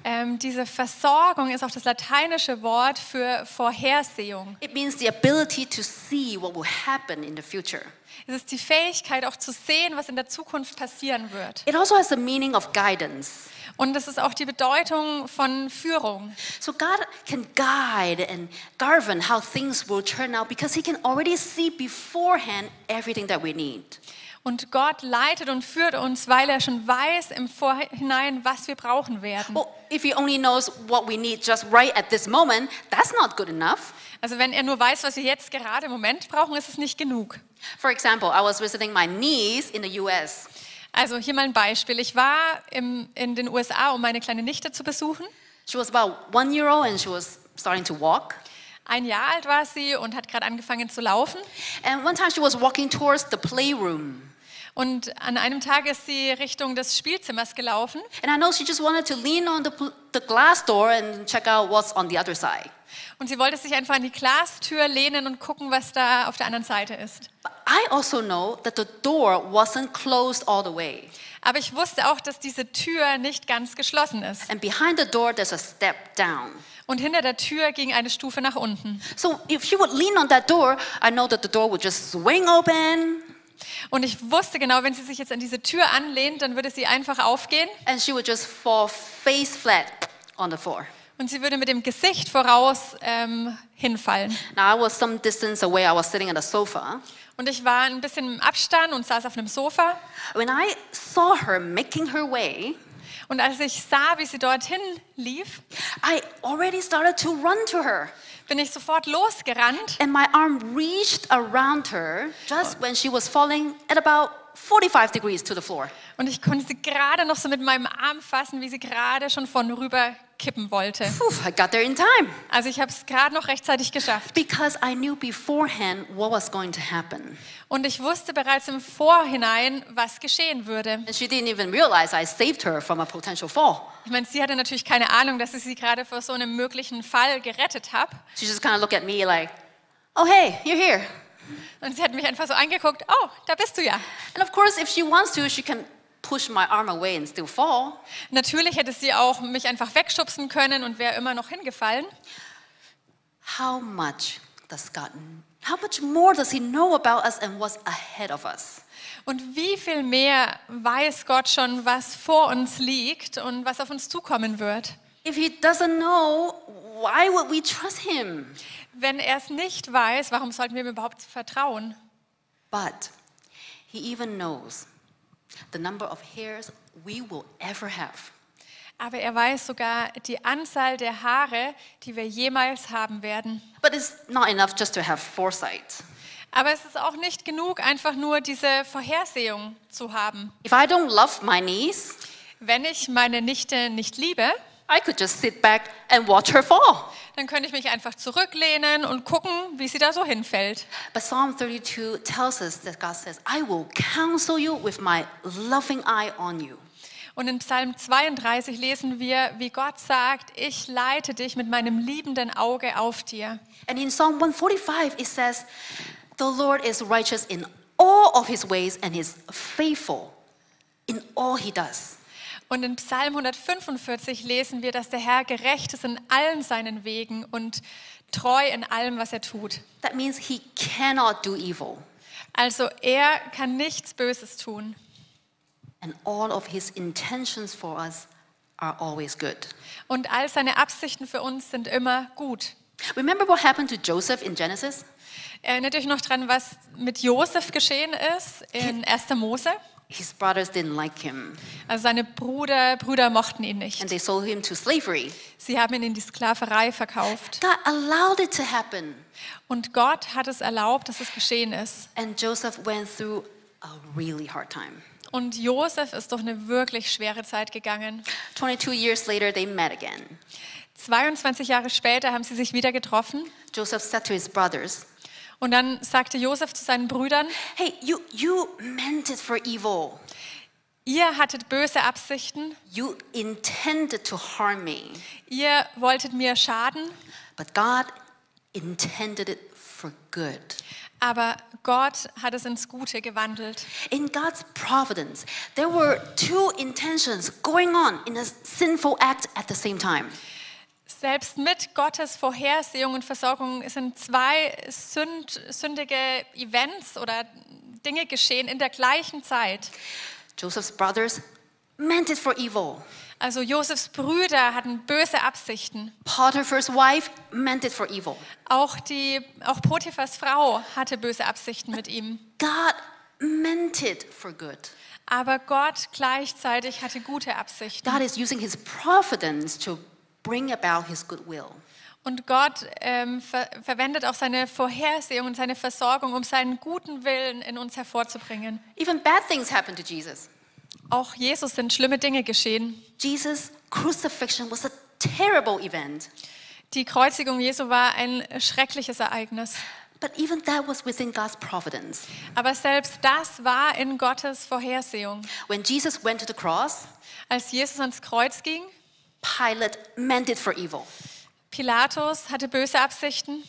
Speaker 2: Ähm, diese Versorgung ist auch das lateinische Wort für Vorhersehung.
Speaker 1: It means the ability to see what will happen in the future.
Speaker 2: Es ist die Fähigkeit, auch zu sehen, was in der Zukunft passieren wird.
Speaker 1: It also has the meaning of guidance.
Speaker 2: Und es ist auch die Bedeutung von Führung.
Speaker 1: So God can guide and govern how things will turn out because He can already see beforehand everything that we need.
Speaker 2: Und Gott leitet und führt uns, weil er schon weiß im Vorhinein, was wir brauchen werden.
Speaker 1: Well, if he only knows what we need just right at this moment, that's not good enough.
Speaker 2: Also wenn er nur weiß, was wir jetzt gerade im Moment brauchen, ist es nicht genug.
Speaker 1: For example, I was visiting my niece in the US.
Speaker 2: Also hier mal ein Beispiel. Ich war im, in den USA, um meine kleine Nichte zu besuchen.
Speaker 1: She was about one year old and she was starting to walk.
Speaker 2: Ein Jahr alt war sie und hat gerade angefangen zu laufen.
Speaker 1: And one time she was walking towards the playroom.
Speaker 2: Und an einem Tag ist sie Richtung des Spielzimmers gelaufen.
Speaker 1: And I know she just wanted to lean on the, pl- the glass door and check out what's on the other side.
Speaker 2: Und sie wollte sich einfach an die Glastür lehnen und gucken, was da auf der anderen Seite ist.
Speaker 1: But I also know that the door wasn't closed all the way.
Speaker 2: Aber ich wusste auch, dass diese Tür nicht ganz geschlossen ist.
Speaker 1: And behind the door, there's a step down.
Speaker 2: Und hinter der Tür ging eine Stufe nach unten.
Speaker 1: So if she would lean on that door, I know that the door would just swing open
Speaker 2: Und ich wusste genau, wenn sie sich jetzt an diese Tür anlehnt, dann würde sie einfach aufgehen
Speaker 1: and she would just fall face flat on the floor.
Speaker 2: und sie würde mit dem Gesicht voraus ähm, hinfallen.
Speaker 1: Now I was some distance away, I was sitting on the sofa.
Speaker 2: Und ich war ein bisschen im Abstand und saß auf einem Sofa.
Speaker 1: When I saw her making her way,
Speaker 2: Und als ich sah, wie sie dorthin lief,
Speaker 1: I already started to run to her.
Speaker 2: bin ich sofort losgerannt
Speaker 1: And my arm reached around her just when she was falling at about 45 degrees to the floor.
Speaker 2: und ich konnte sie gerade noch so mit meinem Arm fassen, wie sie gerade schon von rüber kippen wollte.
Speaker 1: Phew, I got there in time
Speaker 2: Also ich habe es gerade noch rechtzeitig geschafft.
Speaker 1: because I knew beforehand what was going to happen.
Speaker 2: Und ich wusste bereits im Vorhinein, was geschehen würde.
Speaker 1: And she didn't even realize I saved her from a potential fall.
Speaker 2: Ich meine, sie hatte natürlich keine Ahnung, dass ich sie gerade vor so einem möglichen Fall gerettet habe.
Speaker 1: She just kind of looked at me like, oh, hey, you're here.
Speaker 2: Und sie hat mich einfach so angeguckt, oh, da bist du ja.
Speaker 1: And of course, if she wants to, she can push my arm away and still fall.
Speaker 2: Natürlich hätte sie auch mich einfach wegschubsen können und wäre immer noch hingefallen.
Speaker 1: How much does God, how much more does He know about us and what's ahead of us?
Speaker 2: Und wie viel mehr weiß Gott schon, was vor uns liegt und was auf uns zukommen wird?
Speaker 1: If He doesn't know, why would we trust Him?
Speaker 2: Wenn er es nicht weiß, warum sollten wir ihm überhaupt vertrauen?
Speaker 1: But He even knows the number of hairs we will ever have.
Speaker 2: Aber er weiß sogar die Anzahl der Haare, die wir jemals haben werden.
Speaker 1: But it's not enough just to have foresight.
Speaker 2: Aber es ist auch nicht genug, einfach nur diese Vorhersehung zu haben.
Speaker 1: If I don't love my niece,
Speaker 2: Wenn ich meine Nichte nicht liebe,
Speaker 1: I could just sit back and watch her fall.
Speaker 2: dann könnte ich mich einfach zurücklehnen und gucken, wie sie da so hinfällt.
Speaker 1: But Psalm 32 tells us that God says, I will counsel you with my loving eye on you.
Speaker 2: Und in Psalm 32 lesen wir, wie Gott sagt, ich leite dich mit meinem liebenden Auge auf dir.
Speaker 1: And in Psalm 145, it says, The Lord is righteous in all of his ways and is faithful in all he does.
Speaker 2: Und in Psalm 145 lesen wir, dass der Herr gerecht ist in allen seinen Wegen und treu in allem, was er tut.
Speaker 1: That means he cannot do evil,
Speaker 2: Also er kann nichts Böses tun.
Speaker 1: and all of his intentions for us are always good.
Speaker 2: Und all seine Absichten für uns sind immer gut.
Speaker 1: Remember what happened to Joseph in Genesis?
Speaker 2: Erinnert euch noch dran, was mit Josef geschehen ist in 1. Mose?
Speaker 1: His brothers didn't like him,
Speaker 2: Also seine Brüder, Brüder mochten ihn nicht.
Speaker 1: and they sold him to slavery.
Speaker 2: Sie haben ihn in die Sklaverei verkauft.
Speaker 1: God allowed it to happen.
Speaker 2: Und Gott hat es erlaubt, dass es geschehen ist.
Speaker 1: And Joseph went through a really hard time.
Speaker 2: Und Josef ist durch eine wirklich schwere Zeit gegangen.
Speaker 1: 22 years later, they met again.
Speaker 2: 22 Jahre später haben sie sich wieder getroffen.
Speaker 1: Joseph said to his brothers,
Speaker 2: Und dann sagte Josef zu seinen Brüdern,
Speaker 1: Hey, you, you meant it for evil.
Speaker 2: ihr hattet böse Absichten,
Speaker 1: You intended to harm me,
Speaker 2: ihr wolltet mir schaden,
Speaker 1: but God intended it for good.
Speaker 2: aber Gott hat es ins Gute gewandelt.
Speaker 1: In God's providence, there were two intentions going on in a sinful act at the same time.
Speaker 2: Selbst mit Gottes Vorhersehung und Versorgung sind zwei sünd, sündige Events oder Dinge geschehen in der gleichen Zeit.
Speaker 1: Joseph's brothers meant it for evil.
Speaker 2: Also Josefs Brüder hatten böse Absichten.
Speaker 1: Potiphar's wife meant it for evil.
Speaker 2: Auch, die, auch Potiphas Frau hatte böse Absichten mit ihm.
Speaker 1: God meant it for good.
Speaker 2: Aber Gott gleichzeitig hatte gute Absichten.
Speaker 1: God is using his providence to bring about his goodwill.
Speaker 2: Und Gott ähm, ver verwendet auch seine Vorhersehung und seine Versorgung, um seinen guten Willen in uns hervorzubringen.
Speaker 1: Even bad things happened to Jesus.
Speaker 2: Auch Jesus sind schlimme Dinge geschehen.
Speaker 1: Jesus' crucifixion was a terrible event,
Speaker 2: Die Kreuzigung Jesu war ein schreckliches Ereignis.
Speaker 1: but even that was within God's providence.
Speaker 2: Aber selbst das war in Gottes Vorhersehung.
Speaker 1: When Jesus went to the cross,
Speaker 2: Als Jesus ans Kreuz ging,
Speaker 1: Pilate meant it for evil.
Speaker 2: Pilatus hatte böse Absichten.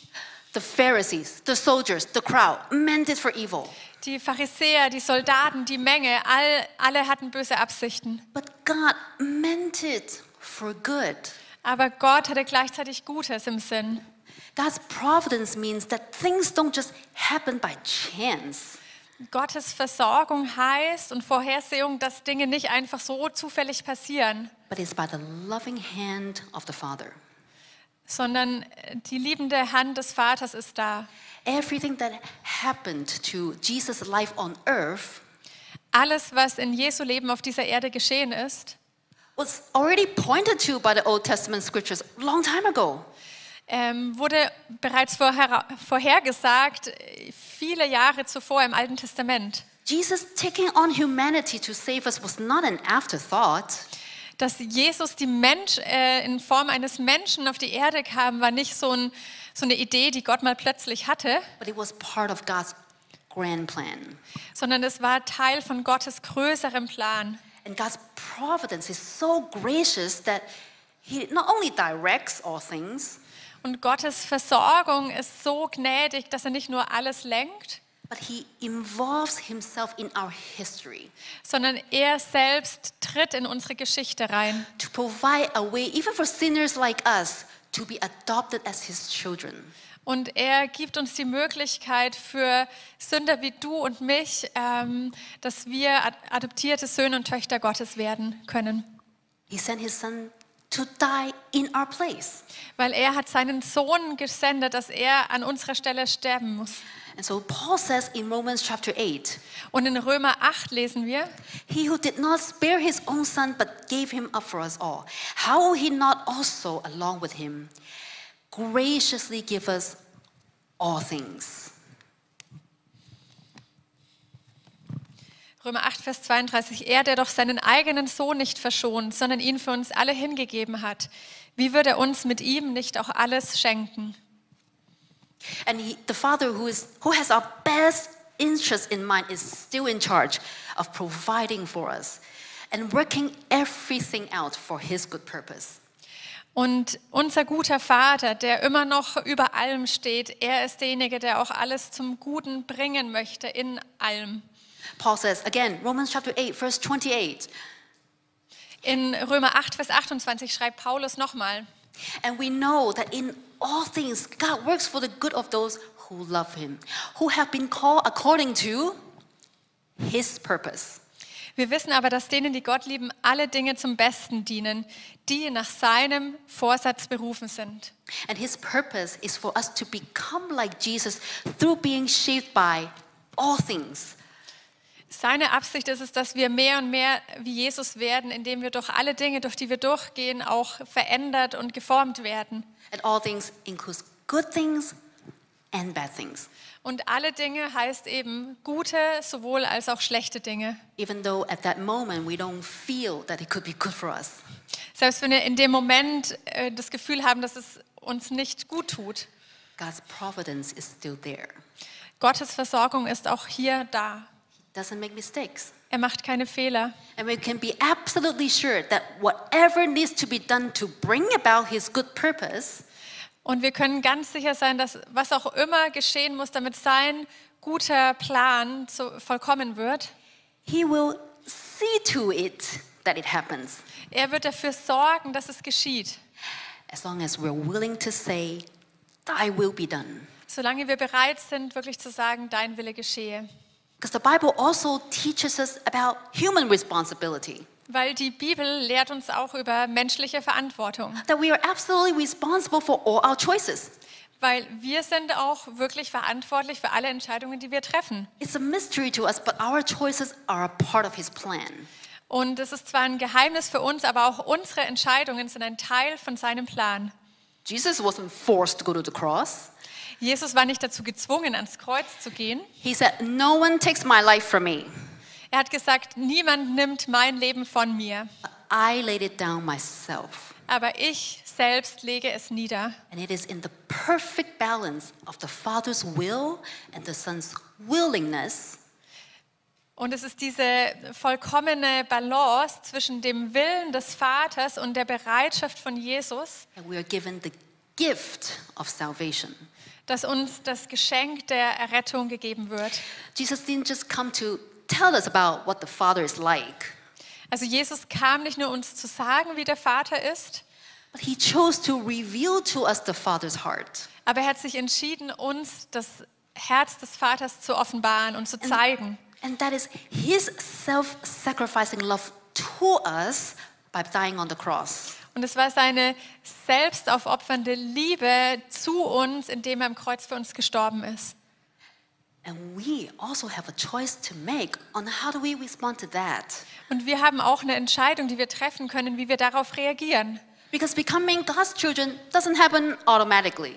Speaker 1: The Pharisees, the soldiers, the crowd meant it for evil.
Speaker 2: Die Pharisäer, die Soldaten, die Menge, all, alle hatten böse Absichten.
Speaker 1: But God meant it for good.
Speaker 2: Aber Gott hatte gleichzeitig Gutes im Sinn.
Speaker 1: God's providence means that things don't just happen by chance.
Speaker 2: Gottes Versorgung heißt und Vorhersehung, dass Dinge nicht einfach so zufällig passieren,
Speaker 1: but it's by the loving hand of the Father.
Speaker 2: sondern die liebende Hand des Vaters ist da.
Speaker 1: Everything that happened to Jesus' life on earth
Speaker 2: Alles, was in Jesu Leben auf dieser Erde geschehen ist,
Speaker 1: was already pointed to by the Old Testament scriptures a long time ago.
Speaker 2: ähm, wurde bereits vorher, vorhergesagt, äh, viele Jahre zuvor im Alten Testament.
Speaker 1: Jesus taking on humanity to save us was not an afterthought.
Speaker 2: Dass Jesus die Mensch, äh, in Form eines Menschen auf die Erde kam, war nicht so, ein, so eine Idee, die Gott mal plötzlich hatte,
Speaker 1: but it was part of God's grand plan.
Speaker 2: sondern es war Teil von Gottes größerem Plan.
Speaker 1: And God's providence is so gracious that He not only directs all things,
Speaker 2: Und Gottes Versorgung ist so gnädig, dass er nicht nur alles lenkt,
Speaker 1: but He involves Himself in our history
Speaker 2: sondern er selbst tritt in unsere Geschichte rein,
Speaker 1: to provide a way, even for sinners like us, to be adopted as His children.
Speaker 2: Und er gibt uns die Möglichkeit für Sünder wie du und mich, ähm, dass wir ad- adoptierte Söhne und Töchter Gottes werden können.
Speaker 1: He sent His Son to die in our place.
Speaker 2: Weil er hat seinen Sohn gesendet, dass er an unserer Stelle sterben muss.
Speaker 1: And so Paul says in Romans chapter 8
Speaker 2: Und in Römer 8 lesen wir,
Speaker 1: He who did not spare his own son, but gave him up for us all, how will he not also, along with him, graciously give us all things?
Speaker 2: Römer 8, Vers 32, er, der doch seinen eigenen Sohn nicht verschont, sondern ihn für uns alle hingegeben hat, wie wird er uns mit ihm nicht auch alles schenken?
Speaker 1: And he, the Father, who, is, who has our best interest in mind, is still in charge of providing for us and working everything out for his good purpose.
Speaker 2: Und unser guter Vater, der immer noch über allem steht, er ist derjenige, der auch alles zum Guten bringen möchte in allem.
Speaker 1: Paul says, again, Romans chapter 8, verse 28,
Speaker 2: In Römer 8, Vers 28 schreibt Paulus nochmal,
Speaker 1: And we know that in all things, God works for the good of those who love Him, who have been called according to His purpose.
Speaker 2: wir wissen aber, dass denen, die Gott lieben, alle Dinge zum Besten dienen, die nach seinem Vorsatz berufen sind.
Speaker 1: And His purpose is for us to become like Jesus through being shaped by all things.
Speaker 2: Seine Absicht ist es, dass wir mehr und mehr wie Jesus werden, indem wir durch alle Dinge, durch die wir durchgehen, auch verändert und geformt werden.
Speaker 1: And all things includes good things and bad things.
Speaker 2: Und alle Dinge heißt eben gute sowohl als auch schlechte Dinge.
Speaker 1: Even though at that moment we don't feel that it could be good for us.
Speaker 2: Selbst wenn wir in dem Moment äh, das Gefühl haben, dass es uns nicht gut tut.
Speaker 1: God's providence is still there.
Speaker 2: Gottes Versorgung ist auch hier da.
Speaker 1: Doesn't make mistakes.
Speaker 2: Er macht keine Fehler.
Speaker 1: And we can be absolutely sure that whatever needs to be done to bring about his good purpose,
Speaker 2: Und wir können ganz sicher sein, dass was auch immer geschehen muss, damit sein guter Plan zu, vollkommen wird,
Speaker 1: he will see to it that it happens.
Speaker 2: er wird dafür sorgen, dass es geschieht.
Speaker 1: As long as we're willing to say, Thy will be done.
Speaker 2: Solange wir bereit sind, wirklich zu sagen, dein Wille geschehe.
Speaker 1: Because the Bible also teaches us about human responsibility,
Speaker 2: Weil die Bibel lehrt uns auch über menschliche Verantwortung,
Speaker 1: that we are absolutely responsible for all our choices.
Speaker 2: weil wir sind auch wirklich verantwortlich für alle Entscheidungen, die wir treffen.
Speaker 1: It's a mystery to us, but our choices are a part of His plan.
Speaker 2: Und es ist zwar ein Geheimnis für uns, aber auch unsere Entscheidungen sind ein Teil von seinem Plan.
Speaker 1: Jesus wasn't forced to go to the cross.
Speaker 2: Jesus war nicht dazu gezwungen, ans Kreuz zu gehen.
Speaker 1: He said, No one takes my life from me.
Speaker 2: Er hat gesagt, niemand nimmt mein Leben von mir,
Speaker 1: I laid it down myself.
Speaker 2: aber ich selbst lege es nieder.
Speaker 1: And it is in the perfect balance of the Father's will and the Son's willingness
Speaker 2: Und es ist diese vollkommene Balance zwischen dem Willen des Vaters und der Bereitschaft von Jesus,
Speaker 1: that we are given the gift of salvation.
Speaker 2: dass uns das Geschenk der Errettung gegeben wird.
Speaker 1: Jesus didn't just come to tell us about what the Father is like,
Speaker 2: Also Jesus kam nicht nur uns zu sagen, wie der Vater ist,
Speaker 1: but He chose to reveal to us the Father's heart.
Speaker 2: aber er hat sich entschieden, uns das Herz des Vaters zu offenbaren und zu zeigen.
Speaker 1: And that is His self sacrificing love to us by dying on the cross.
Speaker 2: Und es war seine selbstaufopfernde Liebe zu uns, indem er am Kreuz für uns gestorben ist.
Speaker 1: And we also have a choice to make on how do we respond to that.
Speaker 2: Und wir haben auch eine Entscheidung, die wir treffen können, wie wir darauf reagieren.
Speaker 1: Because becoming God's children doesn't happen automatically.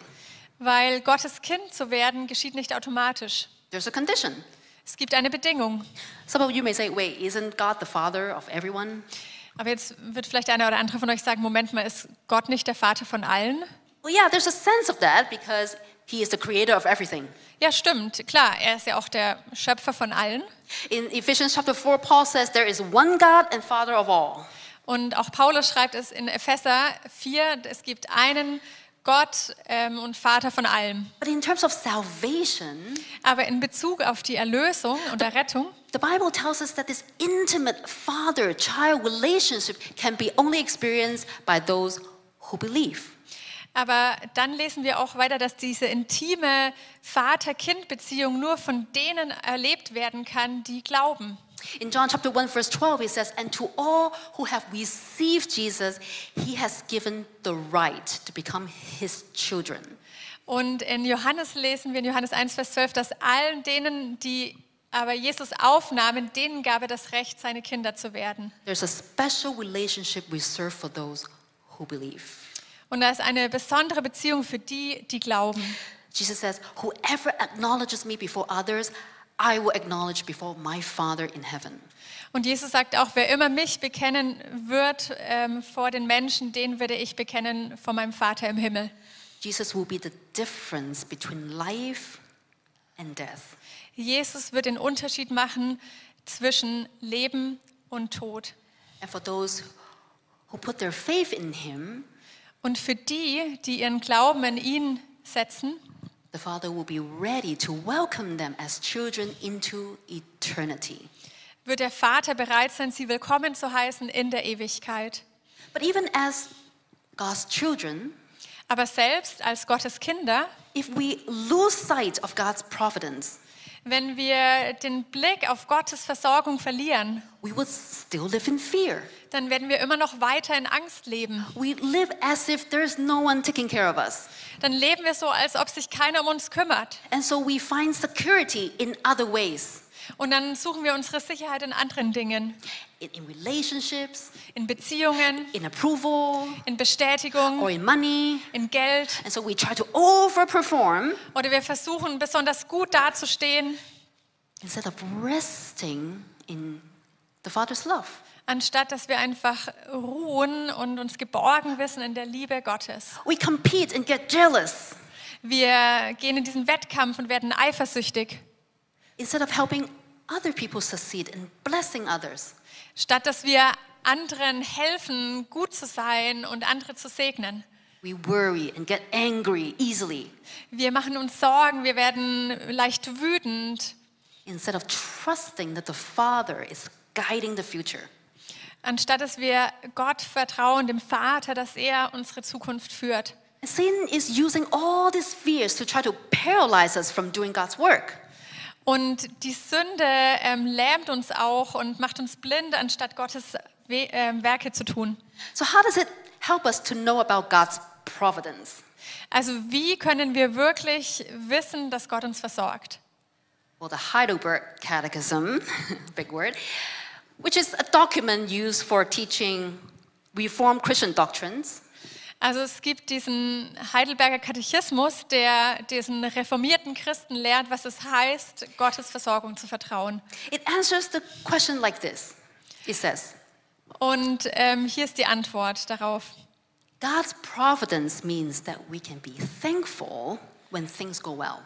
Speaker 2: Weil Gottes Kind zu werden geschieht nicht automatisch.
Speaker 1: There's a condition.
Speaker 2: Es gibt eine Bedingung.
Speaker 1: Some of you may say, wait, isn't God the father of everyone?
Speaker 2: Aber jetzt wird vielleicht einer oder andere von euch sagen, Moment mal, ist Gott nicht der Vater von allen?
Speaker 1: Well, yeah, there's a sense of that because he is the creator of everything.
Speaker 2: Ja, stimmt, klar, er ist ja auch der Schöpfer von allen.
Speaker 1: In Ephesians chapter 4, Paul says, there is one God and father of all.
Speaker 2: Und auch Paulus schreibt es in Epheser 4, es gibt einen Gott ähm, und Vater von allem.
Speaker 1: But in terms of salvation,
Speaker 2: Aber in Bezug auf die Erlösung und Errettung
Speaker 1: the Bible tells us that this intimate father child relationship can be only experienced by those who believe.
Speaker 2: Aber dann lesen wir auch weiter, dass diese intime Vater-Kind-Beziehung nur von denen erlebt werden kann, die glauben.
Speaker 1: In John chapter 1 verse 12 he says and to all who have received Jesus he has given the right to become his children.
Speaker 2: Und in Johannes lesen wir in Johannes 1, Vers 12, dass allen denen, die aber Jesus aufnahmen, denen gab er das Recht, seine Kinder zu werden.
Speaker 1: There's a special relationship reserved for those who believe.
Speaker 2: Und da ist eine besondere Beziehung für die, die glauben.
Speaker 1: Jesus says whoever acknowledges me before others I will acknowledge before my Father in heaven.
Speaker 2: Und Jesus sagt auch, wer immer mich bekennen wird ähm, vor den Menschen, den würde ich bekennen vor meinem Vater im Himmel.
Speaker 1: Jesus will be the difference between life and death.
Speaker 2: Jesus wird den Unterschied machen zwischen Leben und Tod.
Speaker 1: And for those who put their faith in him
Speaker 2: Und für die, die ihren Glauben in ihn setzen,
Speaker 1: The Father will be ready to welcome them as children into eternity.
Speaker 2: wird der Vater bereit sein, sie willkommen zu heißen in der Ewigkeit.
Speaker 1: But even as God's children,
Speaker 2: Aber selbst als Gottes Kinder,
Speaker 1: if we lose sight of God's providence,
Speaker 2: wenn wir den Blick auf Gottes Versorgung verlieren,
Speaker 1: we would still live in fear.
Speaker 2: dann werden wir immer noch weiter in Angst leben.
Speaker 1: We live as if there's no one taking care of us.
Speaker 2: Dann leben wir so, als ob sich keiner um uns kümmert.
Speaker 1: And so we find security in other ways
Speaker 2: Und dann suchen wir unsere Sicherheit in anderen Dingen,
Speaker 1: in, in relationships,
Speaker 2: in Beziehungen,
Speaker 1: in approval,
Speaker 2: in Bestätigung,
Speaker 1: or in money.
Speaker 2: in Geld
Speaker 1: And so we try to overperform
Speaker 2: oder wir versuchen besonders gut dazustehen,
Speaker 1: instead of resting in the Father's love.
Speaker 2: anstatt dass wir einfach ruhen und uns geborgen wissen in der Liebe Gottes.
Speaker 1: We compete and get jealous
Speaker 2: Wir gehen in diesen Wettkampf und werden eifersüchtig,
Speaker 1: instead of helping other people succeed and blessing others.
Speaker 2: statt dass wir anderen helfen, gut zu sein und andere zu segnen.
Speaker 1: We worry and get angry easily
Speaker 2: Wir machen uns Sorgen, wir werden leicht wütend,
Speaker 1: instead of trusting that the Father is guiding the future.
Speaker 2: anstatt dass wir Gott vertrauen, dem Vater, dass er unsere Zukunft führt.
Speaker 1: Sin is using all these fears to try to paralyze us from doing God's work.
Speaker 2: Und die Sünde ähm, lähmt uns auch und macht uns blind, anstatt Gottes We ähm, Werke zu tun.
Speaker 1: So, how does it help us to know about God's providence?
Speaker 2: Also wie können wir wirklich wissen, dass Gott uns versorgt?
Speaker 1: Well, the Heidelberg Catechism, big word, which is a document used for teaching Reformed Christian doctrines,
Speaker 2: Also es gibt diesen Heidelberger Katechismus, der diesen reformierten Christen lehrt, was es heißt, Gottes Versorgung zu vertrauen.
Speaker 1: it answers the question like this It says,
Speaker 2: Und ähm, hier ist die Antwort darauf.
Speaker 1: God's providence means that we can be thankful when things go well.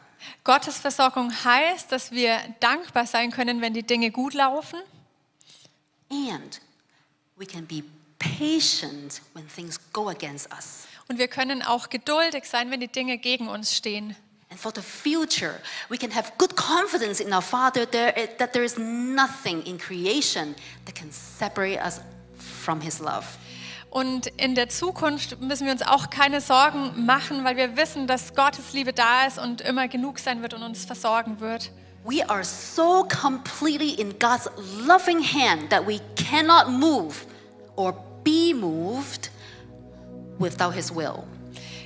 Speaker 2: Gottes Versorgung heißt, dass wir dankbar sein können, wenn die Dinge gut laufen.
Speaker 1: And we can be patient when things go against us.
Speaker 2: Und wir können auch geduldig sein, wenn die Dinge gegen uns stehen.
Speaker 1: And for the future, we can have good confidence in our Father there, eh, that there is nothing in creation that can separate us from His love.
Speaker 2: Und in der Zukunft müssen wir uns auch keine Sorgen machen, weil wir wissen, dass Gottes Liebe da ist und immer genug sein wird und uns versorgen wird.
Speaker 1: We are so completely in God's loving hand that we cannot move or be moved without His will.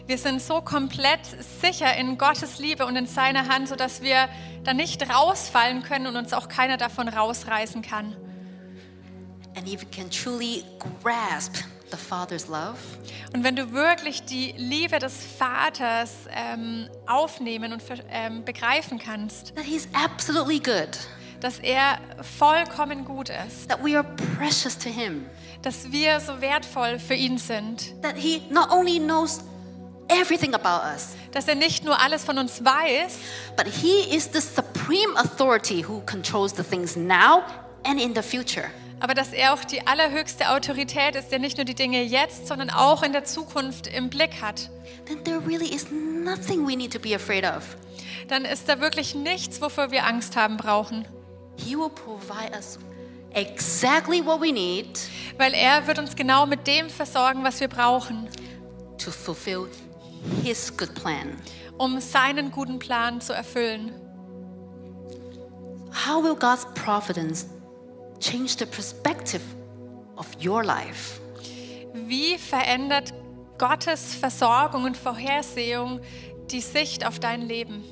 Speaker 2: Wir sind so komplett sicher in Gottes Liebe und in seiner Hand, sodass wir da nicht rausfallen können und uns auch keiner davon rausreißen kann.
Speaker 1: And if we can truly grasp the Father's love,
Speaker 2: Und wenn du wirklich die Liebe des Vaters ähm, aufnehmen und ver- ähm, begreifen kannst,
Speaker 1: that He's absolutely good,
Speaker 2: dass er vollkommen gut ist,
Speaker 1: that we are precious to Him,
Speaker 2: dass wir so wertvoll für ihn sind,
Speaker 1: that He not only knows everything about us,
Speaker 2: dass er nicht nur alles von uns weiß,
Speaker 1: but He is the supreme authority who controls the things now and in the future.
Speaker 2: aber dass er auch die allerhöchste Autorität ist, der nicht nur die Dinge jetzt, sondern auch in der Zukunft im Blick hat.
Speaker 1: Then there really is nothing we need to be afraid of.
Speaker 2: Dann ist da wirklich nichts, wofür wir Angst haben brauchen,
Speaker 1: He will provide us exactly what we need
Speaker 2: weil er wird uns genau mit dem versorgen, was wir brauchen,
Speaker 1: to fulfill His good plan.
Speaker 2: um seinen guten Plan zu erfüllen.
Speaker 1: How will God's providence change the perspective of your life?
Speaker 2: Wie verändert Gottes Versorgung und Vorhersehung die Sicht auf dein Leben?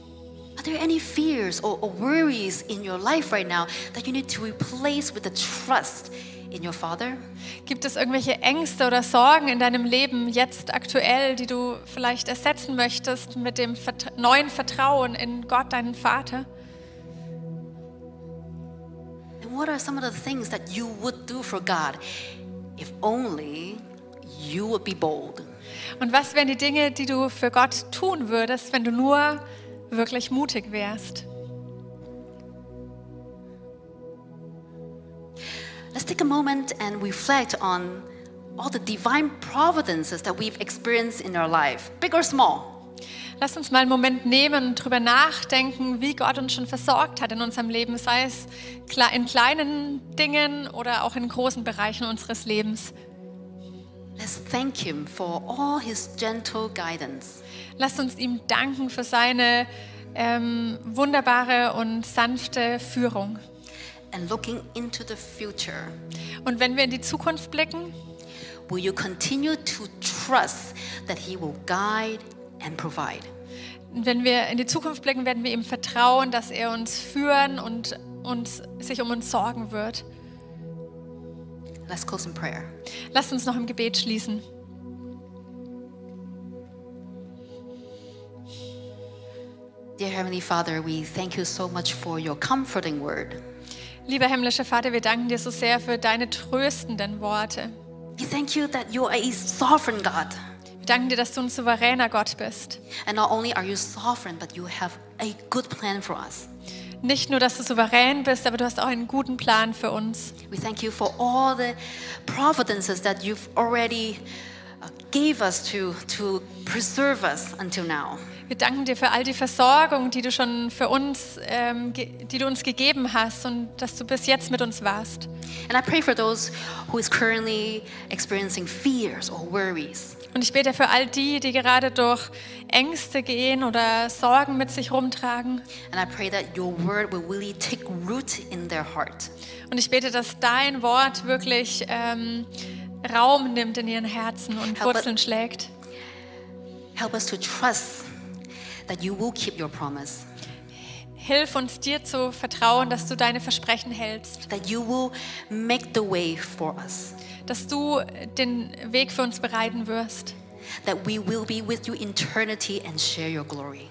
Speaker 1: Are there any fears or, or worries in your life right now that you need to replace with the trust in your Father?
Speaker 2: Gibt es irgendwelche Ängste oder Sorgen in deinem Leben jetzt aktuell, die du vielleicht ersetzen möchtest mit dem Vert neuen Vertrauen in Gott, deinen Vater?
Speaker 1: And what are some of the things that you would do for God if only you would be bold?
Speaker 2: Und was wären die Dinge, die du für Gott tun würdest, wenn du nur wirklich mutig wärst?
Speaker 1: Let's take a moment and reflect on all the divine providences that we've experienced in our life, big or small.
Speaker 2: Lass uns mal einen Moment nehmen und drüber nachdenken, wie Gott uns schon versorgt hat in unserem Leben, sei es kle- in kleinen Dingen oder auch in großen Bereichen unseres Lebens.
Speaker 1: Let's thank Him for all His gentle guidance.
Speaker 2: Lass uns ihm danken für seine ähm, wunderbare und sanfte Führung.
Speaker 1: And looking into the future,
Speaker 2: Und wenn wir in die Zukunft blicken,
Speaker 1: will you continue to trust that He will guide and provide?
Speaker 2: wenn wir in die Zukunft blicken, werden wir ihm vertrauen, dass er uns führen und uns, sich um uns sorgen wird.
Speaker 1: Let's close in prayer.
Speaker 2: Lass uns noch im Gebet schließen.
Speaker 1: Dear Heavenly Father, we thank you so much for your comforting word.
Speaker 2: Lieber himmlischer Vater, wir danken dir so sehr für deine tröstenden Worte.
Speaker 1: We thank you that you are a sovereign God.
Speaker 2: Wir danken dir, dass du ein souveräner Gott bist.
Speaker 1: And not only are you sovereign, but you have a good plan for us.
Speaker 2: Nicht nur, dass du souverän bist, aber du hast auch einen guten Plan für uns.
Speaker 1: We thank you for all the providences that you've already uh, gave us to, to preserve us until now.
Speaker 2: Wir danken dir für all die Versorgung, die du schon für uns, ähm, ge- die du uns gegeben hast und dass du bis jetzt mit uns warst.
Speaker 1: And I pray for those who is currently experiencing fears or worries.
Speaker 2: Und ich bete für all die, die gerade durch Ängste gehen oder Sorgen mit sich rumtragen.
Speaker 1: And I pray that your word will really take root in their heart.
Speaker 2: Und ich bete, dass dein Wort wirklich ähm, Raum nimmt in ihren Herzen und
Speaker 1: Help us-
Speaker 2: Wurzeln schlägt.
Speaker 1: Help us to trust that you will keep your promise,
Speaker 2: Hilf uns dir zu vertrauen, dass du deine Versprechen hältst,
Speaker 1: that you will make the way for us,
Speaker 2: dass du den Weg für uns bereiten wirst,
Speaker 1: that we will be with you in eternity and share your glory.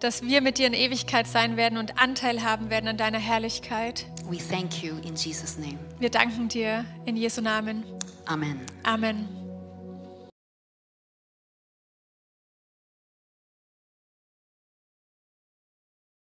Speaker 2: dass wir mit dir in Ewigkeit sein werden und Anteil haben werden an deiner Herrlichkeit.
Speaker 1: We thank you in Jesus' name.
Speaker 2: Wir danken dir in Jesu Namen.
Speaker 1: Amen.
Speaker 2: Amen.